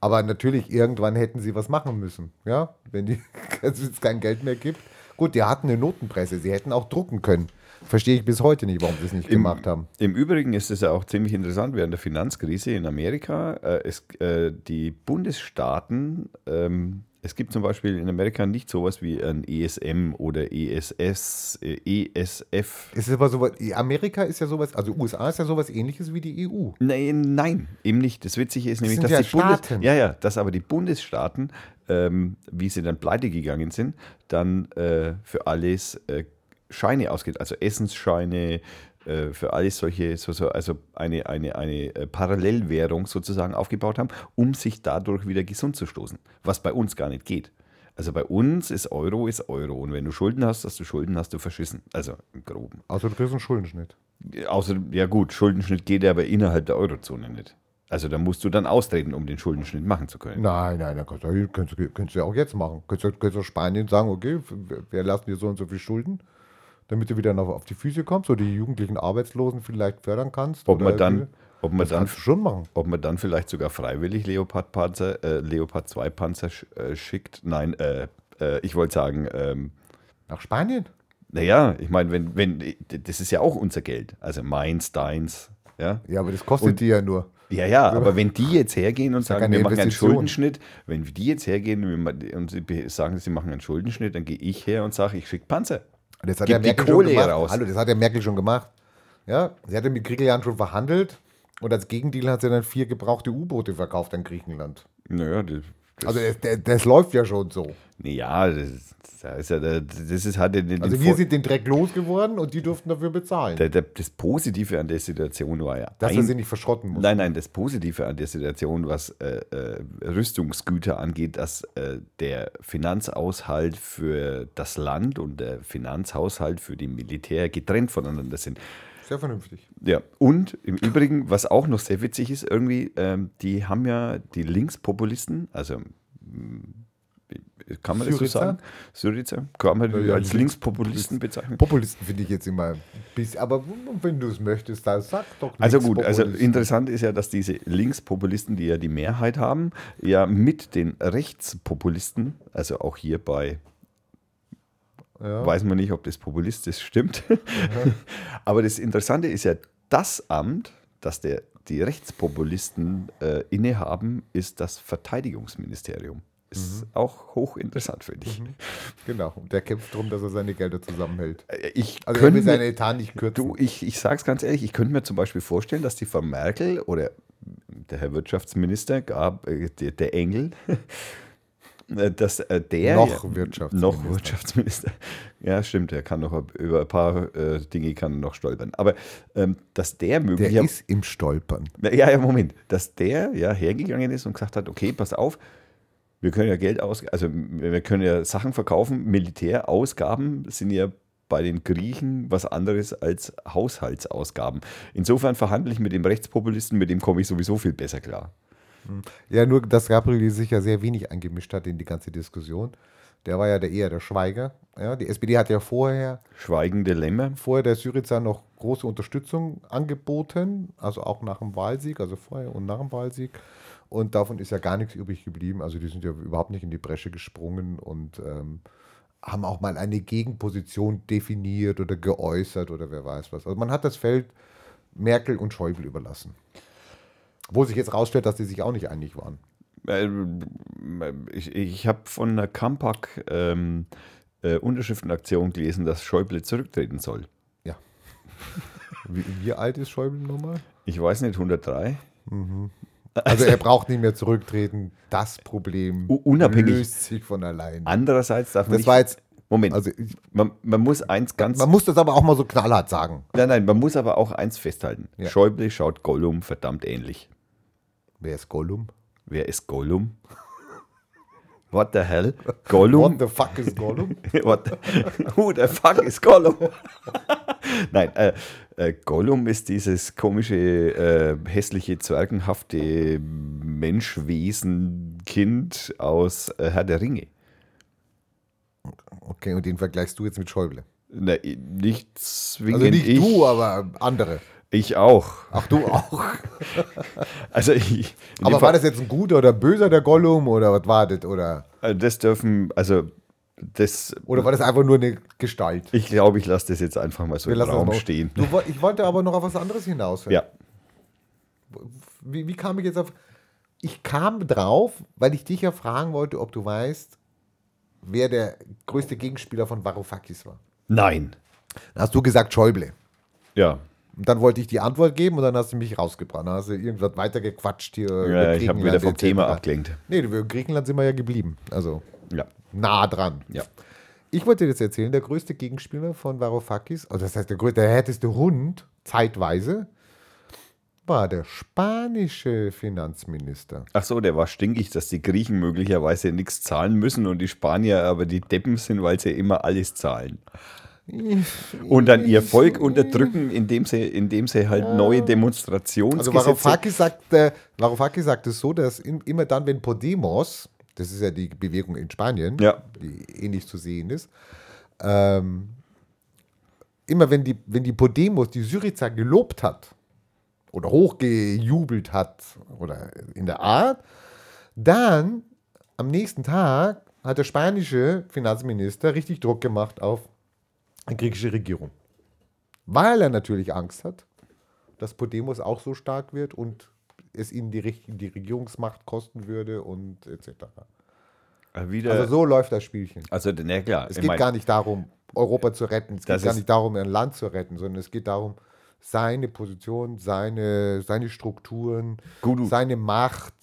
S2: Aber natürlich, irgendwann hätten sie was machen müssen. Ja, wenn die- [LAUGHS] es jetzt kein Geld mehr gibt. Gut, die hatten eine Notenpresse. Sie hätten auch drucken können. Verstehe ich bis heute nicht, warum sie es nicht gemacht haben.
S1: Im Übrigen ist es ja auch ziemlich interessant, während der Finanzkrise in Amerika, äh, es, äh, die Bundesstaaten ähm, Es gibt zum Beispiel in Amerika nicht sowas wie ein ESM oder ESS, äh, ESF.
S2: Es ist aber sowas, Amerika ist ja sowas, also USA ist ja sowas ähnliches wie die E EU.
S1: Nein, nein, eben nicht. Das Witzige ist nämlich,
S2: sind
S1: dass
S2: ja
S1: die Bundes
S2: Staaten.
S1: ja, ja, dass aber die Bundesstaaten, ähm, wie sie dann pleite gegangen sind, dann äh, für alles äh, Scheine ausgeht, also Essensscheine, äh, für alles solche, so, so, also eine, eine, eine äh, Parallelwährung sozusagen aufgebaut haben, um sich dadurch wieder gesund zu stoßen, was bei uns gar nicht geht. Also bei uns ist Euro ist Euro und wenn du Schulden hast, hast du Schulden, hast du verschissen. Also im Groben.
S2: Außer du kriegst einen Schuldenschnitt.
S1: Außer, ja gut, Schuldenschnitt geht ja aber innerhalb der Eurozone nicht. Also da musst du dann austreten, um den Schuldenschnitt machen zu können.
S2: Nein, nein, dann kannst du, kannst, du- kannst du ja auch jetzt machen. Kannst du, kannst du Spanien sagen, okay, wir wir lassen dir so und so viel Schulden, damit du wieder noch auf die Füße kommst oder die jugendlichen Arbeitslosen vielleicht fördern kannst.
S1: Ob
S2: oder
S1: man dann, ob man
S2: das
S1: dann,
S2: kannst du schon machen.
S1: ob man dann vielleicht sogar freiwillig Leopard Panzer, äh, Leopard 2 Panzer sch, äh, schickt. Nein, äh, äh, ich wollte sagen, ähm,
S2: Nach Spanien?
S1: naja, ich meine, wenn, wenn, das ist ja auch unser Geld. Also meins, deins, ja.
S2: Ja, aber das kostet dir ja nur.
S1: Ja, ja, aber wenn die jetzt hergehen und sagen,
S2: keine
S1: wir machen einen
S2: Investition.
S1: Schuldenschnitt, wenn die jetzt hergehen und wir ma- und sie be- sagen, sie machen einen Schuldenschnitt, dann gehe ich her und sage, ich schicke Panzer.
S2: Das hat
S1: Gib
S2: ja
S1: die
S2: Merkel
S1: Kohle
S2: schon gemacht.
S1: raus.
S2: Hallo, das hat ja Merkel schon gemacht. Ja, sie hatte mit Griechenland schon verhandelt und als Gegendeal hat sie dann vier gebrauchte U-Boote verkauft an Griechenland.
S1: Naja, das, das
S2: Also das, das, das läuft ja schon so.
S1: Ja, das, ist- da ist ja, der- das ist halt den, den
S2: Also
S1: Vor-
S2: wir sind den Dreck losgeworden und die durften dafür bezahlen,
S1: der, der, das Positive an der Situation war ja.
S2: dass wir
S1: ein-
S2: sie nicht verschrotten mussten.
S1: nein, nein, das Positive an der Situation, was äh, äh, Rüstungsgüter angeht, dass äh, der Finanzaushalt für das Land und der Finanzhaushalt für die Militär getrennt voneinander sind.
S2: Sehr vernünftig.
S1: Ja, und im Übrigen, was auch noch sehr witzig ist, irgendwie, ähm, die haben ja die Linkspopulisten, also mm, kann man das so
S2: Syriza?
S1: sagen? Syriza? Kann man
S2: Ja,
S1: die
S2: ja,
S1: als
S2: Links-
S1: Linkspopulisten bezeichnen?
S2: Populisten finde ich jetzt immer ein bisschen, aber wenn du es möchtest, dann sag doch nichts
S1: Also gut, also
S2: Populisten.
S1: interessant ist ja, dass diese Linkspopulisten, die ja die Mehrheit haben, ja mit den Rechtspopulisten, also auch hierbei
S2: Ja.
S1: weiß man nicht, ob das populistisch stimmt, [LAUGHS] aber das Interessante ist ja, das Amt, das der, die Rechtspopulisten äh, innehaben, ist das Verteidigungsministerium. Ist
S2: Mhm.
S1: auch hochinteressant, finde ich.
S2: Genau, und der kämpft darum, dass er seine Gelder zusammenhält.
S1: Äh, Ich
S2: Also er
S1: könnte
S2: will seine
S1: mir,
S2: Etat nicht kürzen.
S1: du, ich, ich sage es ganz ehrlich, ich könnte mir zum Beispiel vorstellen, dass die Frau Merkel oder der Herr Wirtschaftsminister, gab, äh, der, der Engel, [LAUGHS] äh, dass äh, der
S2: Noch
S1: ja-
S2: Wirtschaftsminister.
S1: noch Wirtschaftsminister. Ja, stimmt, er kann noch über ein paar äh, Dinge kann er noch stolpern. Aber ähm, dass der
S2: der
S1: möglicherweise
S2: ist im Stolpern.
S1: na, Ja, ja, Moment. Dass der ja hergegangen ist und gesagt hat, okay, pass auf, wir können ja Geld aus, also wir wir können ja Sachen verkaufen, Militärausgaben sind ja bei den Griechen was anderes als Haushaltsausgaben. Insofern verhandle ich mit dem Rechtspopulisten, mit dem komme ich sowieso viel besser klar.
S2: Ja, nur, dass Gabriel sich ja sehr wenig eingemischt hat in die ganze Diskussion. Der war ja der eher der Schweiger. Ja, die SPD hat ja vorher
S1: Schweigende Lämmer.
S2: vorher der Syriza noch große Unterstützung angeboten, also auch nach dem Wahlsieg, also vorher und nach dem Wahlsieg. Und davon ist ja gar nichts übrig geblieben. Also die sind ja überhaupt nicht in die Bresche gesprungen und ähm, haben auch mal eine Gegenposition definiert oder geäußert oder wer weiß was. Also man hat das Feld Merkel und Schäuble überlassen. Wo sich jetzt rausstellt, dass die sich auch nicht einig waren.
S1: Ähm, Ich, ich habe von einer Kampak ähm, äh, Unterschriftenaktion gelesen, dass Schäuble zurücktreten soll.
S2: Ja. Wie, wie alt ist Schäuble nochmal?
S1: Ich weiß nicht, 103?
S2: Also er braucht nicht mehr zurücktreten. Das Problem
S1: U- unabhängig. Also
S2: löst sich von allein.
S1: Andererseits darf man
S2: Das
S1: nicht-
S2: war jetzt,
S1: Moment,
S2: also ich,
S1: man, man muss eins ganz.
S2: man muss das aber auch mal so knallhart sagen.
S1: nein, nein, man muss aber auch eins festhalten.
S2: Ja.
S1: Schäuble schaut Gollum verdammt ähnlich.
S2: Wer ist Gollum?
S1: Wer ist Gollum? What the hell? Gollum?
S2: What the fuck ist Gollum?
S1: [LAUGHS] What the, who the fuck is Gollum? [LAUGHS] nein, äh, äh, Gollum ist dieses komische, äh, hässliche, zwergenhafte Menschwesen-Kind aus äh, Herr der Ringe.
S2: Okay, und den vergleichst du jetzt mit Schäuble.
S1: Na, i- nicht zwingend
S2: Also nicht
S1: ich,
S2: du, aber andere.
S1: ich auch.
S2: Ach, du auch.
S1: [LAUGHS] Also ich, in dem
S2: aber
S1: Fall-
S2: war das jetzt ein guter oder böser der Gollum oder was war das? Oder,
S1: Also Das dürfen, also das,
S2: oder war das einfach nur eine Gestalt?
S1: ich glaube, ich lasse das jetzt einfach mal so
S2: Wir
S1: im
S2: lassen das
S1: Raum
S2: mal-
S1: stehen.
S2: Du, woll- ich wollte aber noch auf was anderes hinaus.
S1: Ja,
S2: Wie, wie kam ich jetzt auf. ich kam drauf, weil ich dich ja fragen wollte, ob du weißt, wer der größte Gegenspieler von Varoufakis war.
S1: Nein.
S2: Dann hast du gesagt Schäuble.
S1: Ja.
S2: Und dann wollte ich die Antwort geben und dann hast du mich rausgebrannt. Dann hast du irgendwas weitergequatscht hier. über
S1: ja ich habe
S2: Griechenland
S1: wieder vom
S2: etc.
S1: Thema abgelenkt.
S2: Nee, über Griechenland sind wir ja geblieben. Also
S1: Ja.
S2: nah dran.
S1: Ja.
S2: Ich wollte dir jetzt erzählen, der größte Gegenspieler von Varoufakis, also das heißt der größte, der härteste Hund zeitweise, war der spanische Finanzminister.
S1: Ach so, der war stinkig, dass die Griechen möglicherweise nichts zahlen müssen und die Spanier aber die Deppen sind, weil sie immer alles zahlen. Und dann ihr Volk unterdrücken, indem sie, indem sie halt neue
S2: Also
S1: Demonstrationsgesetze...
S2: Varoufakis sagt, äh, Varoufakis sagt es so, dass in, immer dann, wenn Podemos, das ist ja die Bewegung in Spanien,
S1: Ja.
S2: die ähnlich zu sehen ist, ähm, immer wenn die, wenn die Podemos die Syriza gelobt hat oder hochgejubelt hat oder in der Art, dann am nächsten Tag hat der spanische Finanzminister richtig Druck gemacht auf die griechische Regierung. Weil er natürlich Angst hat, dass Podemos auch so stark wird und es ihnen die, Reg- die Regierungsmacht kosten würde und etc.
S1: wieder,
S2: Also
S1: also,
S2: so läuft das Spielchen.
S1: na klar.
S2: Es
S1: ich
S2: geht
S1: mein,
S2: gar nicht darum, Europa zu retten, es
S1: Das
S2: geht gar
S1: ist-
S2: nicht darum, ein Land zu retten, sondern es geht darum, seine Position, seine, seine Strukturen,
S1: Guru.
S2: seine Macht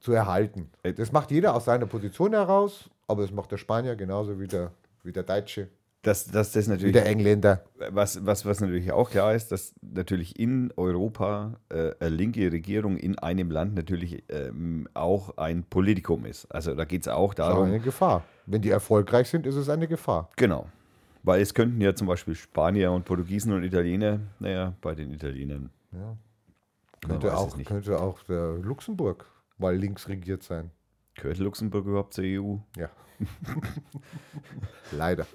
S2: zu erhalten.
S1: Ey.
S2: Das macht jeder aus seiner Position heraus, aber das macht der Spanier genauso wie der, wie der Deutsche,
S1: dass, dass das
S2: wie
S1: natürlich
S2: der Engländer.
S1: was, was, was natürlich auch klar ist, dass natürlich in Europa äh, eine linke Regierung in einem Land natürlich ähm, auch ein Politikum ist. Also da geht es auch
S2: Das ist auch
S1: darum.
S2: eine Gefahr. Wenn die erfolgreich sind, ist es eine Gefahr.
S1: Genau. Weil es könnten ja zum Beispiel Spanier und Portugiesen und Italiener, naja, bei den Italienern. Man
S2: Könnte
S1: weiß
S2: auch,
S1: es nicht.
S2: könnte auch der Luxemburg mal links regiert sein.
S1: Gehört Luxemburg überhaupt zur E EU? [LAUGHS]
S2: Ja. Leider.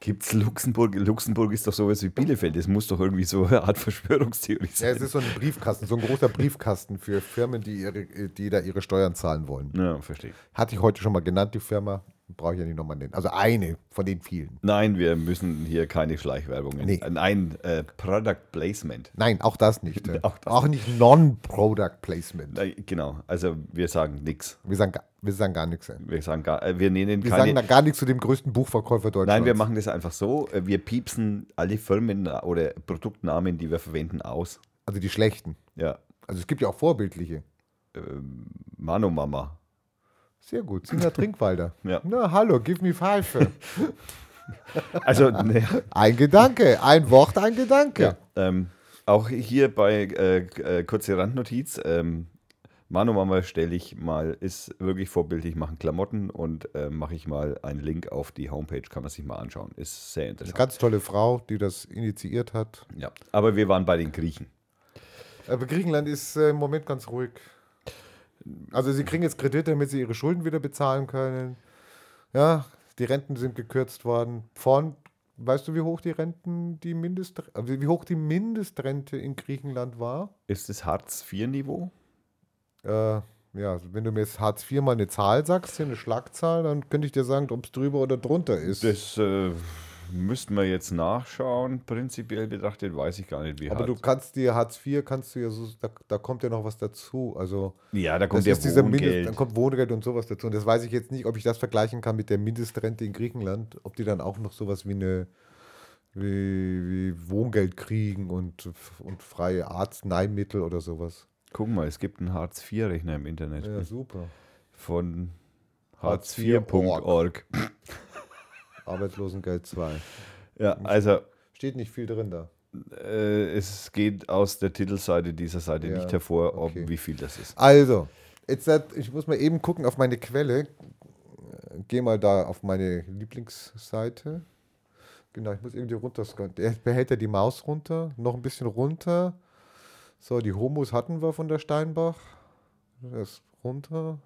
S1: Gibt's Luxemburg? Luxemburg ist doch sowas wie Bielefeld. Das muss doch irgendwie so eine Art Verschwörungstheorie
S2: Ja, es
S1: sein.
S2: ist so ein Briefkasten, so ein großer Briefkasten für Firmen, die, ihre, die da ihre Steuern zahlen wollen.
S1: Ja, verstehe.
S2: Hatte ich heute schon mal genannt, die Firma. Brauche ich ja nicht nochmal nennen. Also eine von den vielen.
S1: Nein, wir müssen hier keine Schleichwerbungen.
S2: Nee.
S1: Nein, äh, Product Placement.
S2: Nein, auch das nicht. äh.
S1: Auch das
S2: auch nicht Non-Product Placement.
S1: Nein, Genau, also wir sagen nichts.
S2: Wir sagen, ga- wir sagen gar nichts. ey.
S1: Wir sagen gar, äh, wir nennen
S2: Wir
S1: keine.
S2: sagen da gar nichts zu dem größten Buchverkäufer Deutschlands.
S1: nein, wir machen das einfach so. äh, Wir piepsen alle Firmen oder Produktnamen, die wir verwenden, aus.
S2: Also die schlechten.
S1: Ja,
S2: Also es gibt ja auch vorbildliche.
S1: Mano Mama.
S2: Sehr
S1: [LAUGHS]
S2: gut. Sina Trinkwalder.
S1: Ja.
S2: Na, hallo, give me five. [LAUGHS]
S1: Also ne,
S2: Ein Gedanke, ein Wort, ein Gedanke.
S1: ja. ähm, auch hier bei äh, äh, kurze Randnotiz. Ähm, Mano Mama stelle ich mal, ist wirklich vorbildlich, machen Klamotten und äh, mache ich mal einen Link auf die Homepage, kann man sich mal anschauen. Ist sehr
S2: Eine
S1: interessant.
S2: ganz tolle Frau, die das initiiert hat.
S1: Ja. Aber wir waren bei den Griechen.
S2: Aber Griechenland ist äh, im Moment ganz ruhig. Also sie kriegen jetzt Kredite, damit sie ihre Schulden wieder bezahlen können. Ja, die Renten sind gekürzt worden. Von, weißt du, wie hoch die Renten, die Mindest, äh, wie wie hoch die Mindestrente in Griechenland war?
S1: Ist es Hartz-IV-Niveau?
S2: Äh, ja, also wenn du mir jetzt Hartz IV mal eine Zahl sagst, hier eine Schlagzahl, dann könnte ich dir sagen, ob es drüber oder drunter ist.
S1: Das äh, müssten wir jetzt nachschauen. Prinzipiell betrachtet weiß ich gar nicht, wie
S2: Aber du
S1: hart.
S2: kannst dir Hartz IV, kannst du ja so, da, da kommt ja noch was dazu. Also
S1: Ja, da
S2: das
S1: kommt
S2: ist
S1: ja
S2: dieser Mindest,
S1: Wohngeld.
S2: dann kommt Wohngeld und sowas dazu. Und das weiß ich jetzt nicht, ob ich das vergleichen kann mit der Mindestrente in Griechenland, ob die dann auch noch sowas wie eine wie, wie Wohngeld kriegen und, und freie Arzneimittel oder sowas.
S1: Guck mal, es gibt einen Hartz-IV-Rechner im Internet
S2: Ja, super.
S1: von
S2: Hartz-IV.org.
S1: hartz4.org.
S2: Arbeitslosengeld 2.
S1: Ja, also
S2: Steht nicht viel drin da.
S1: äh, es geht aus der Titelseite dieser Seite
S2: Ja,
S1: nicht hervor, ob,
S2: okay.
S1: wie viel das ist.
S2: Also, jetzt hat, ich muss mal eben gucken auf meine Quelle. Geh mal da auf meine Lieblingsseite. Genau, ich muss eben die runterscrollen. Der behält ja die Maus runter, noch ein bisschen runter. So, die Homos hatten wir von der Steinbach. Das runter.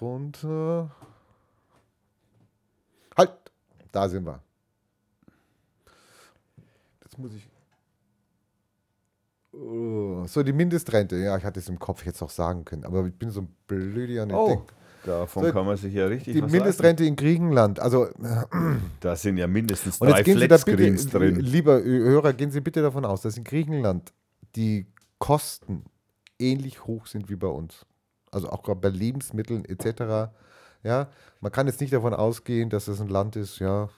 S2: Runter. äh, Halt! Da sind wir. Jetzt muss ich. Oh, so, die Mindestrente. Ja, ich hatte es im Kopf jetzt auch sagen können, aber ich bin so ein Blödiger. und ich
S1: Oh,
S2: denk,
S1: davon
S2: So,
S1: kann man sich ja richtig
S2: Die
S1: was leisten.
S2: Mindestrente in Griechenland. Also,
S1: Da sind ja mindestens
S2: und
S1: drei
S2: jetzt gehen Sie da bitte,
S1: Flatscreens drin.
S2: lieber Hörer, gehen Sie bitte davon aus, dass in Griechenland die Kosten ähnlich hoch sind wie bei uns. Also auch gerade bei Lebensmitteln etc. Ja, man kann jetzt nicht davon ausgehen, dass es ein Land ist, ja,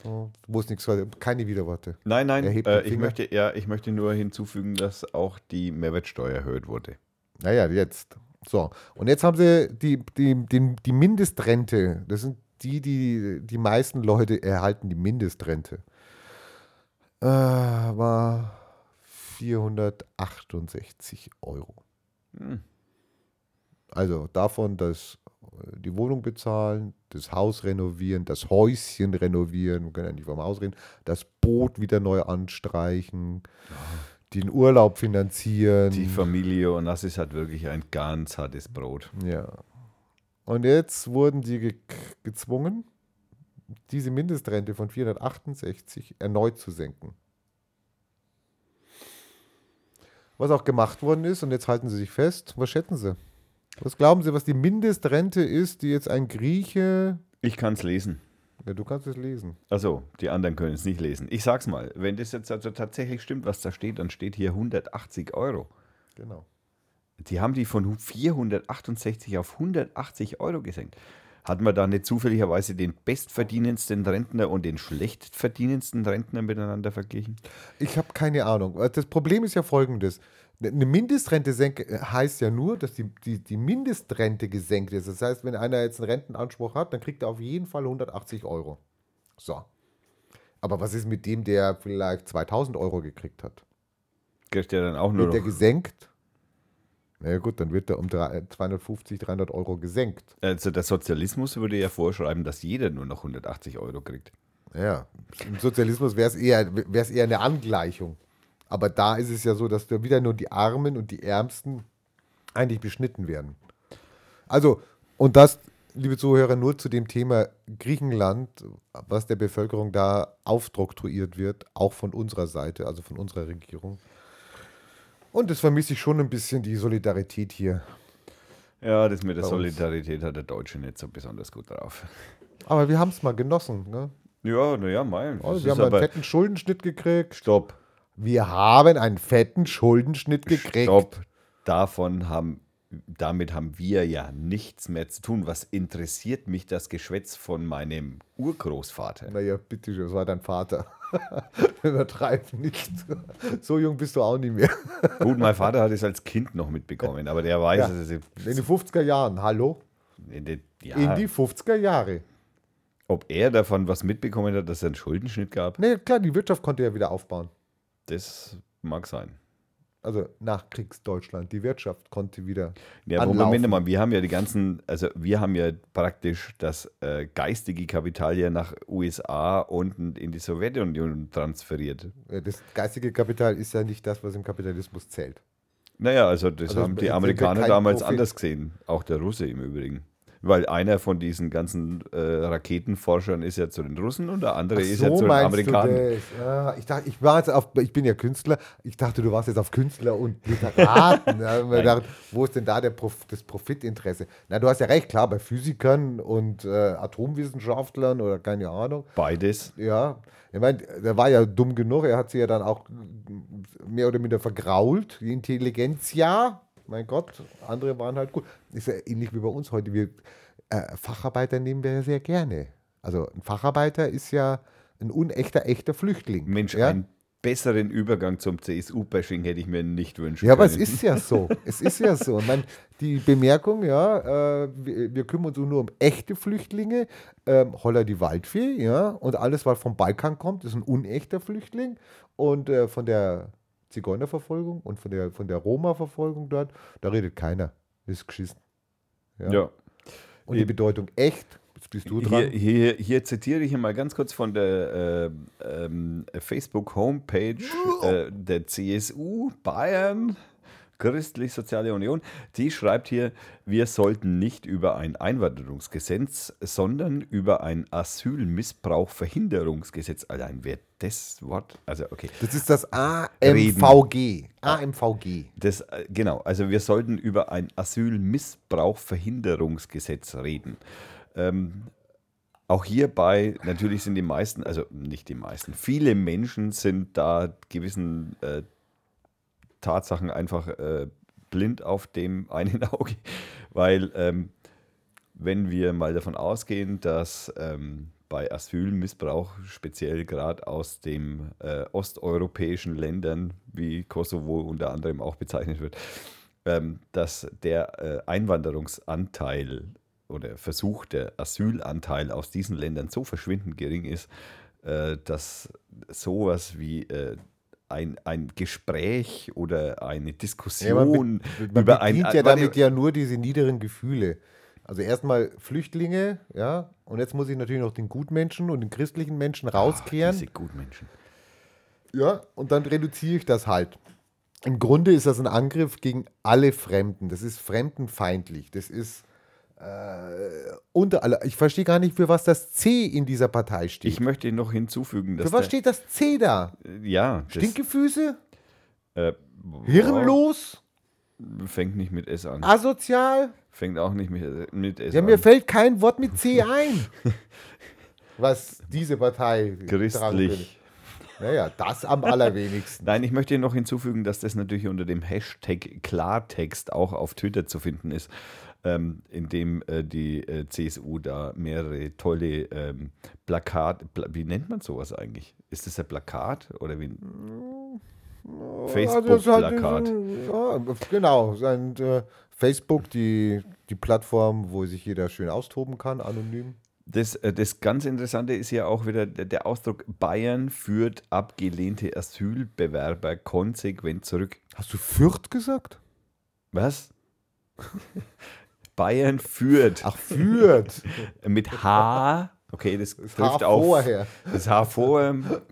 S2: wo es nichts keine Widerworte.
S1: Nein, nein,
S2: Er hebt
S1: äh,
S2: den
S1: ich,
S2: Finger.
S1: möchte, ja, ich möchte nur hinzufügen, dass auch die Mehrwertsteuer erhöht wurde.
S2: Naja, jetzt. So. Und jetzt haben sie die, die, die, die Mindestrente. Das sind die, die die meisten Leute erhalten, die Mindestrente. Äh, war 468 Euro.
S1: Hm.
S2: Also davon, dass äh, die Wohnung bezahlen, das Haus renovieren, das Häuschen renovieren, wir können ja nicht vom Haus reden, das Boot wieder neu anstreichen, den Urlaub finanzieren.
S1: Die Familie und das ist halt wirklich ein ganz hartes Brot.
S2: Ja. Und jetzt wurden die ge gezwungen, diese Mindestrente von 468 erneut zu senken. Was auch gemacht worden ist, und jetzt halten Sie sich fest, was schätzen Sie? Was glauben Sie, was die Mindestrente ist, die jetzt ein Grieche.
S1: Ich kann es lesen.
S2: Ja, du kannst es lesen.
S1: Also, die anderen können es nicht lesen. Ich sag's mal, wenn das jetzt also tatsächlich stimmt, was da steht, dann steht hier 180 Euro.
S2: Genau.
S1: Die haben die von 468 auf 180 Euro gesenkt. Hat man da nicht zufälligerweise den bestverdienendsten Rentner und den schlechtverdienendsten Rentner miteinander verglichen?
S2: Ich habe keine Ahnung. Äh, Das Problem ist ja folgendes. Eine Mindestrente senke heißt ja nur, dass die, die, die Mindestrente gesenkt ist. Das heißt, wenn einer jetzt einen Rentenanspruch hat, dann kriegt er auf jeden Fall 180 Euro. So. Aber was ist mit dem, der vielleicht 2000 Euro gekriegt hat?
S1: Kriegt der dann auch nur
S2: Wird der
S1: noch,
S2: gesenkt? Na ja, gut, dann wird er um drei- 250, 300 Euro gesenkt.
S1: Also, der Sozialismus würde ja vorschreiben, dass jeder nur noch 180 Euro kriegt.
S2: Ja, im Sozialismus wäre es eher, wär's eher eine Angleichung. Aber da ist es ja so, dass da wieder nur die Armen und die Ärmsten eigentlich beschnitten werden. Also, und das, liebe Zuhörer, nur zu dem Thema Griechenland, was der Bevölkerung da aufdoktroyiert wird, auch von unserer Seite, also von unserer Regierung. Und das vermisse ich schon ein bisschen, die Solidarität hier.
S1: Ja, das mit der
S2: Bei uns.
S1: Solidarität hat der Deutsche nicht so besonders gut drauf. [LAUGHS]
S2: Aber wir haben es mal genossen. Ne?
S1: Ja, naja, mein. das
S2: Also,
S1: ist
S2: wir haben einen
S1: aber-
S2: fetten Schuldenschnitt gekriegt.
S1: Stopp,
S2: Wir haben einen fetten Schuldenschnitt gekriegt.
S1: stopp. Davon haben, damit haben wir ja nichts mehr zu tun. Was interessiert mich das Geschwätz von meinem Urgroßvater?
S2: Naja, bitte schön, das war dein Vater. [LAUGHS] Übertreib nicht. So jung bist du auch nicht mehr.
S1: Gut, mein Vater hat es als Kind noch mitbekommen, aber der weiß,
S2: Ja.
S1: dass es
S2: In den 50er Jahren, hallo?
S1: in den, ja,
S2: In die 50er Jahre.
S1: ob er davon was mitbekommen hat, dass es einen Schuldenschnitt gab,
S2: Na ja, klar, die Wirtschaft konnte ja wieder aufbauen.
S1: das mag sein.
S2: Also Nachkriegsdeutschland, die Wirtschaft konnte wieder.
S1: Ja, aber
S2: anlaufen.
S1: Moment mal, wir haben ja die ganzen, also wir haben ja praktisch das äh, geistige Kapital ja nach USA und in die Sowjetunion transferiert.
S2: Das geistige Kapital ist ja nicht das, was im Kapitalismus zählt.
S1: Naja, also das
S2: Also
S1: haben
S2: im
S1: die
S2: Prinzip
S1: Amerikaner
S2: kein
S1: damals
S2: Profit.
S1: anders gesehen, auch der Russe im Übrigen. Weil einer von diesen ganzen äh, Raketenforschern ist ja zu den Russen und der andere ist ja zu den
S2: meinst
S1: Amerikanern.
S2: Du das? Ah, ich dachte, ich war jetzt auf, ich bin ja Künstler. Ich dachte, du warst jetzt auf Künstler und
S1: [LAUGHS]
S2: Literaten. da haben wir gedacht, wo ist denn da der Prof, das Profitinteresse? Na, du hast ja recht, klar, bei Physikern und äh, Atomwissenschaftlern oder keine Ahnung.
S1: Beides.
S2: Ja, ich meine, der war ja dumm genug. Er hat sie ja dann auch mehr oder minder vergrault. Die Intelligenz, ja. Mein Gott, andere waren halt gut. Ist ja ähnlich wie bei uns heute. Wir, äh, Facharbeiter nehmen wir ja sehr gerne. Also ein Facharbeiter ist ja ein unechter, echter Flüchtling.
S1: Mensch,
S2: ja?
S1: einen besseren Übergang zum CSU-Bashing hätte ich mir nicht wünschen
S2: Ja, aber
S1: können.
S2: es ist ja so. Es ist ja so. Ich meine, die Bemerkung, ja, äh, wir, wir kümmern uns nur um echte Flüchtlinge. Ähm, Holla die Waldfee, ja, und alles, was vom Balkan kommt, ist ein unechter Flüchtling. Und äh, von der Zigeunerverfolgung und von der, von der Roma-Verfolgung dort, da redet keiner. Das ist geschissen.
S1: ja.
S2: Und die
S1: Eben.
S2: Bedeutung echt, jetzt bist du
S1: Hier,
S2: dran.
S1: hier, hier zitiere ich mal ganz kurz von der äh, ähm, Facebook-Homepage äh, der CSU Bayern, Christlich-Soziale Union. Die schreibt hier, wir sollten nicht über ein Einwanderungsgesetz, sondern über ein Asylmissbrauchverhinderungsgesetz. Allein wer das Wort, also okay.
S2: Das ist das
S1: Reden.
S2: AMVG. AMVG.
S1: Das, äh, genau, also wir sollten über ein Asylmissbrauchverhinderungsgesetz reden. Ähm, auch hierbei, natürlich sind die meisten, also nicht die meisten, viele Menschen sind da gewissen äh, Tatsachen einfach äh, blind auf dem einen [LAUGHS] Auge, weil ähm, wenn wir mal davon ausgehen, dass ähm, bei Asylmissbrauch speziell gerade aus den äh, osteuropäischen Ländern wie Kosovo unter anderem auch bezeichnet wird, ähm, dass der äh, Einwanderungsanteil oder Versuch der Asylanteil aus diesen Ländern so verschwindend gering ist, äh, dass sowas wie äh, ein, ein Gespräch oder eine
S2: Ja, man, be
S1: Diskussion
S2: man
S1: über ein
S2: bedient ja damit ja nur diese niederen Gefühle. Also erstmal Flüchtlinge, ja, und jetzt muss ich natürlich noch den Gutmenschen und den christlichen Menschen
S1: Ah,
S2: rauskehren.
S1: diese Gutmenschen.
S2: Ja, und dann reduziere ich das halt. Im Grunde ist das ein Angriff gegen alle Fremden. Das ist fremdenfeindlich. Das ist äh, unter aller. Ich verstehe gar nicht, für was das C in dieser Partei steht.
S1: Ich möchte noch hinzufügen, dass
S2: für was
S1: der- äh,
S2: steht das C da?
S1: ja, das,
S2: Stinkefüße?
S1: äh,
S2: Hirnlos?
S1: fängt nicht mit S an.
S2: Asozial?
S1: Fängt auch nicht mit, äh, mit S
S2: Ah. Ja,
S1: an.
S2: mir fällt kein Wort mit C ein. [LAUGHS] was diese Partei. tragen will.
S1: Christlich.
S2: Naja, das am
S1: [LAUGHS]
S2: allerwenigsten.
S1: Nein, ich möchte noch hinzufügen, dass das natürlich unter dem Hashtag Klartext auch auf Twitter zu finden ist, ähm, in dem äh, die äh, CSU da mehrere tolle ähm, Plakat, Pla wie nennt man sowas eigentlich? Ist das ein Plakat oder wie ein Facebook-Plakat?
S2: Ja, genau. Und, äh, Facebook, die, die Plattform, wo sich jeder schön austoben kann, anonym.
S1: Das, äh, das ganz Interessante ist ja auch wieder der der Ausdruck, Bayern führt abgelehnte Asylbewerber konsequent zurück.
S2: Hast du Fürth gesagt?
S1: Was? Bayern führt [LAUGHS]
S2: Ach, Fürth.
S1: mit H. Okay, das, trifft
S2: Haar
S1: auch.
S2: vorher.
S1: Das H vor.
S2: Ja, ist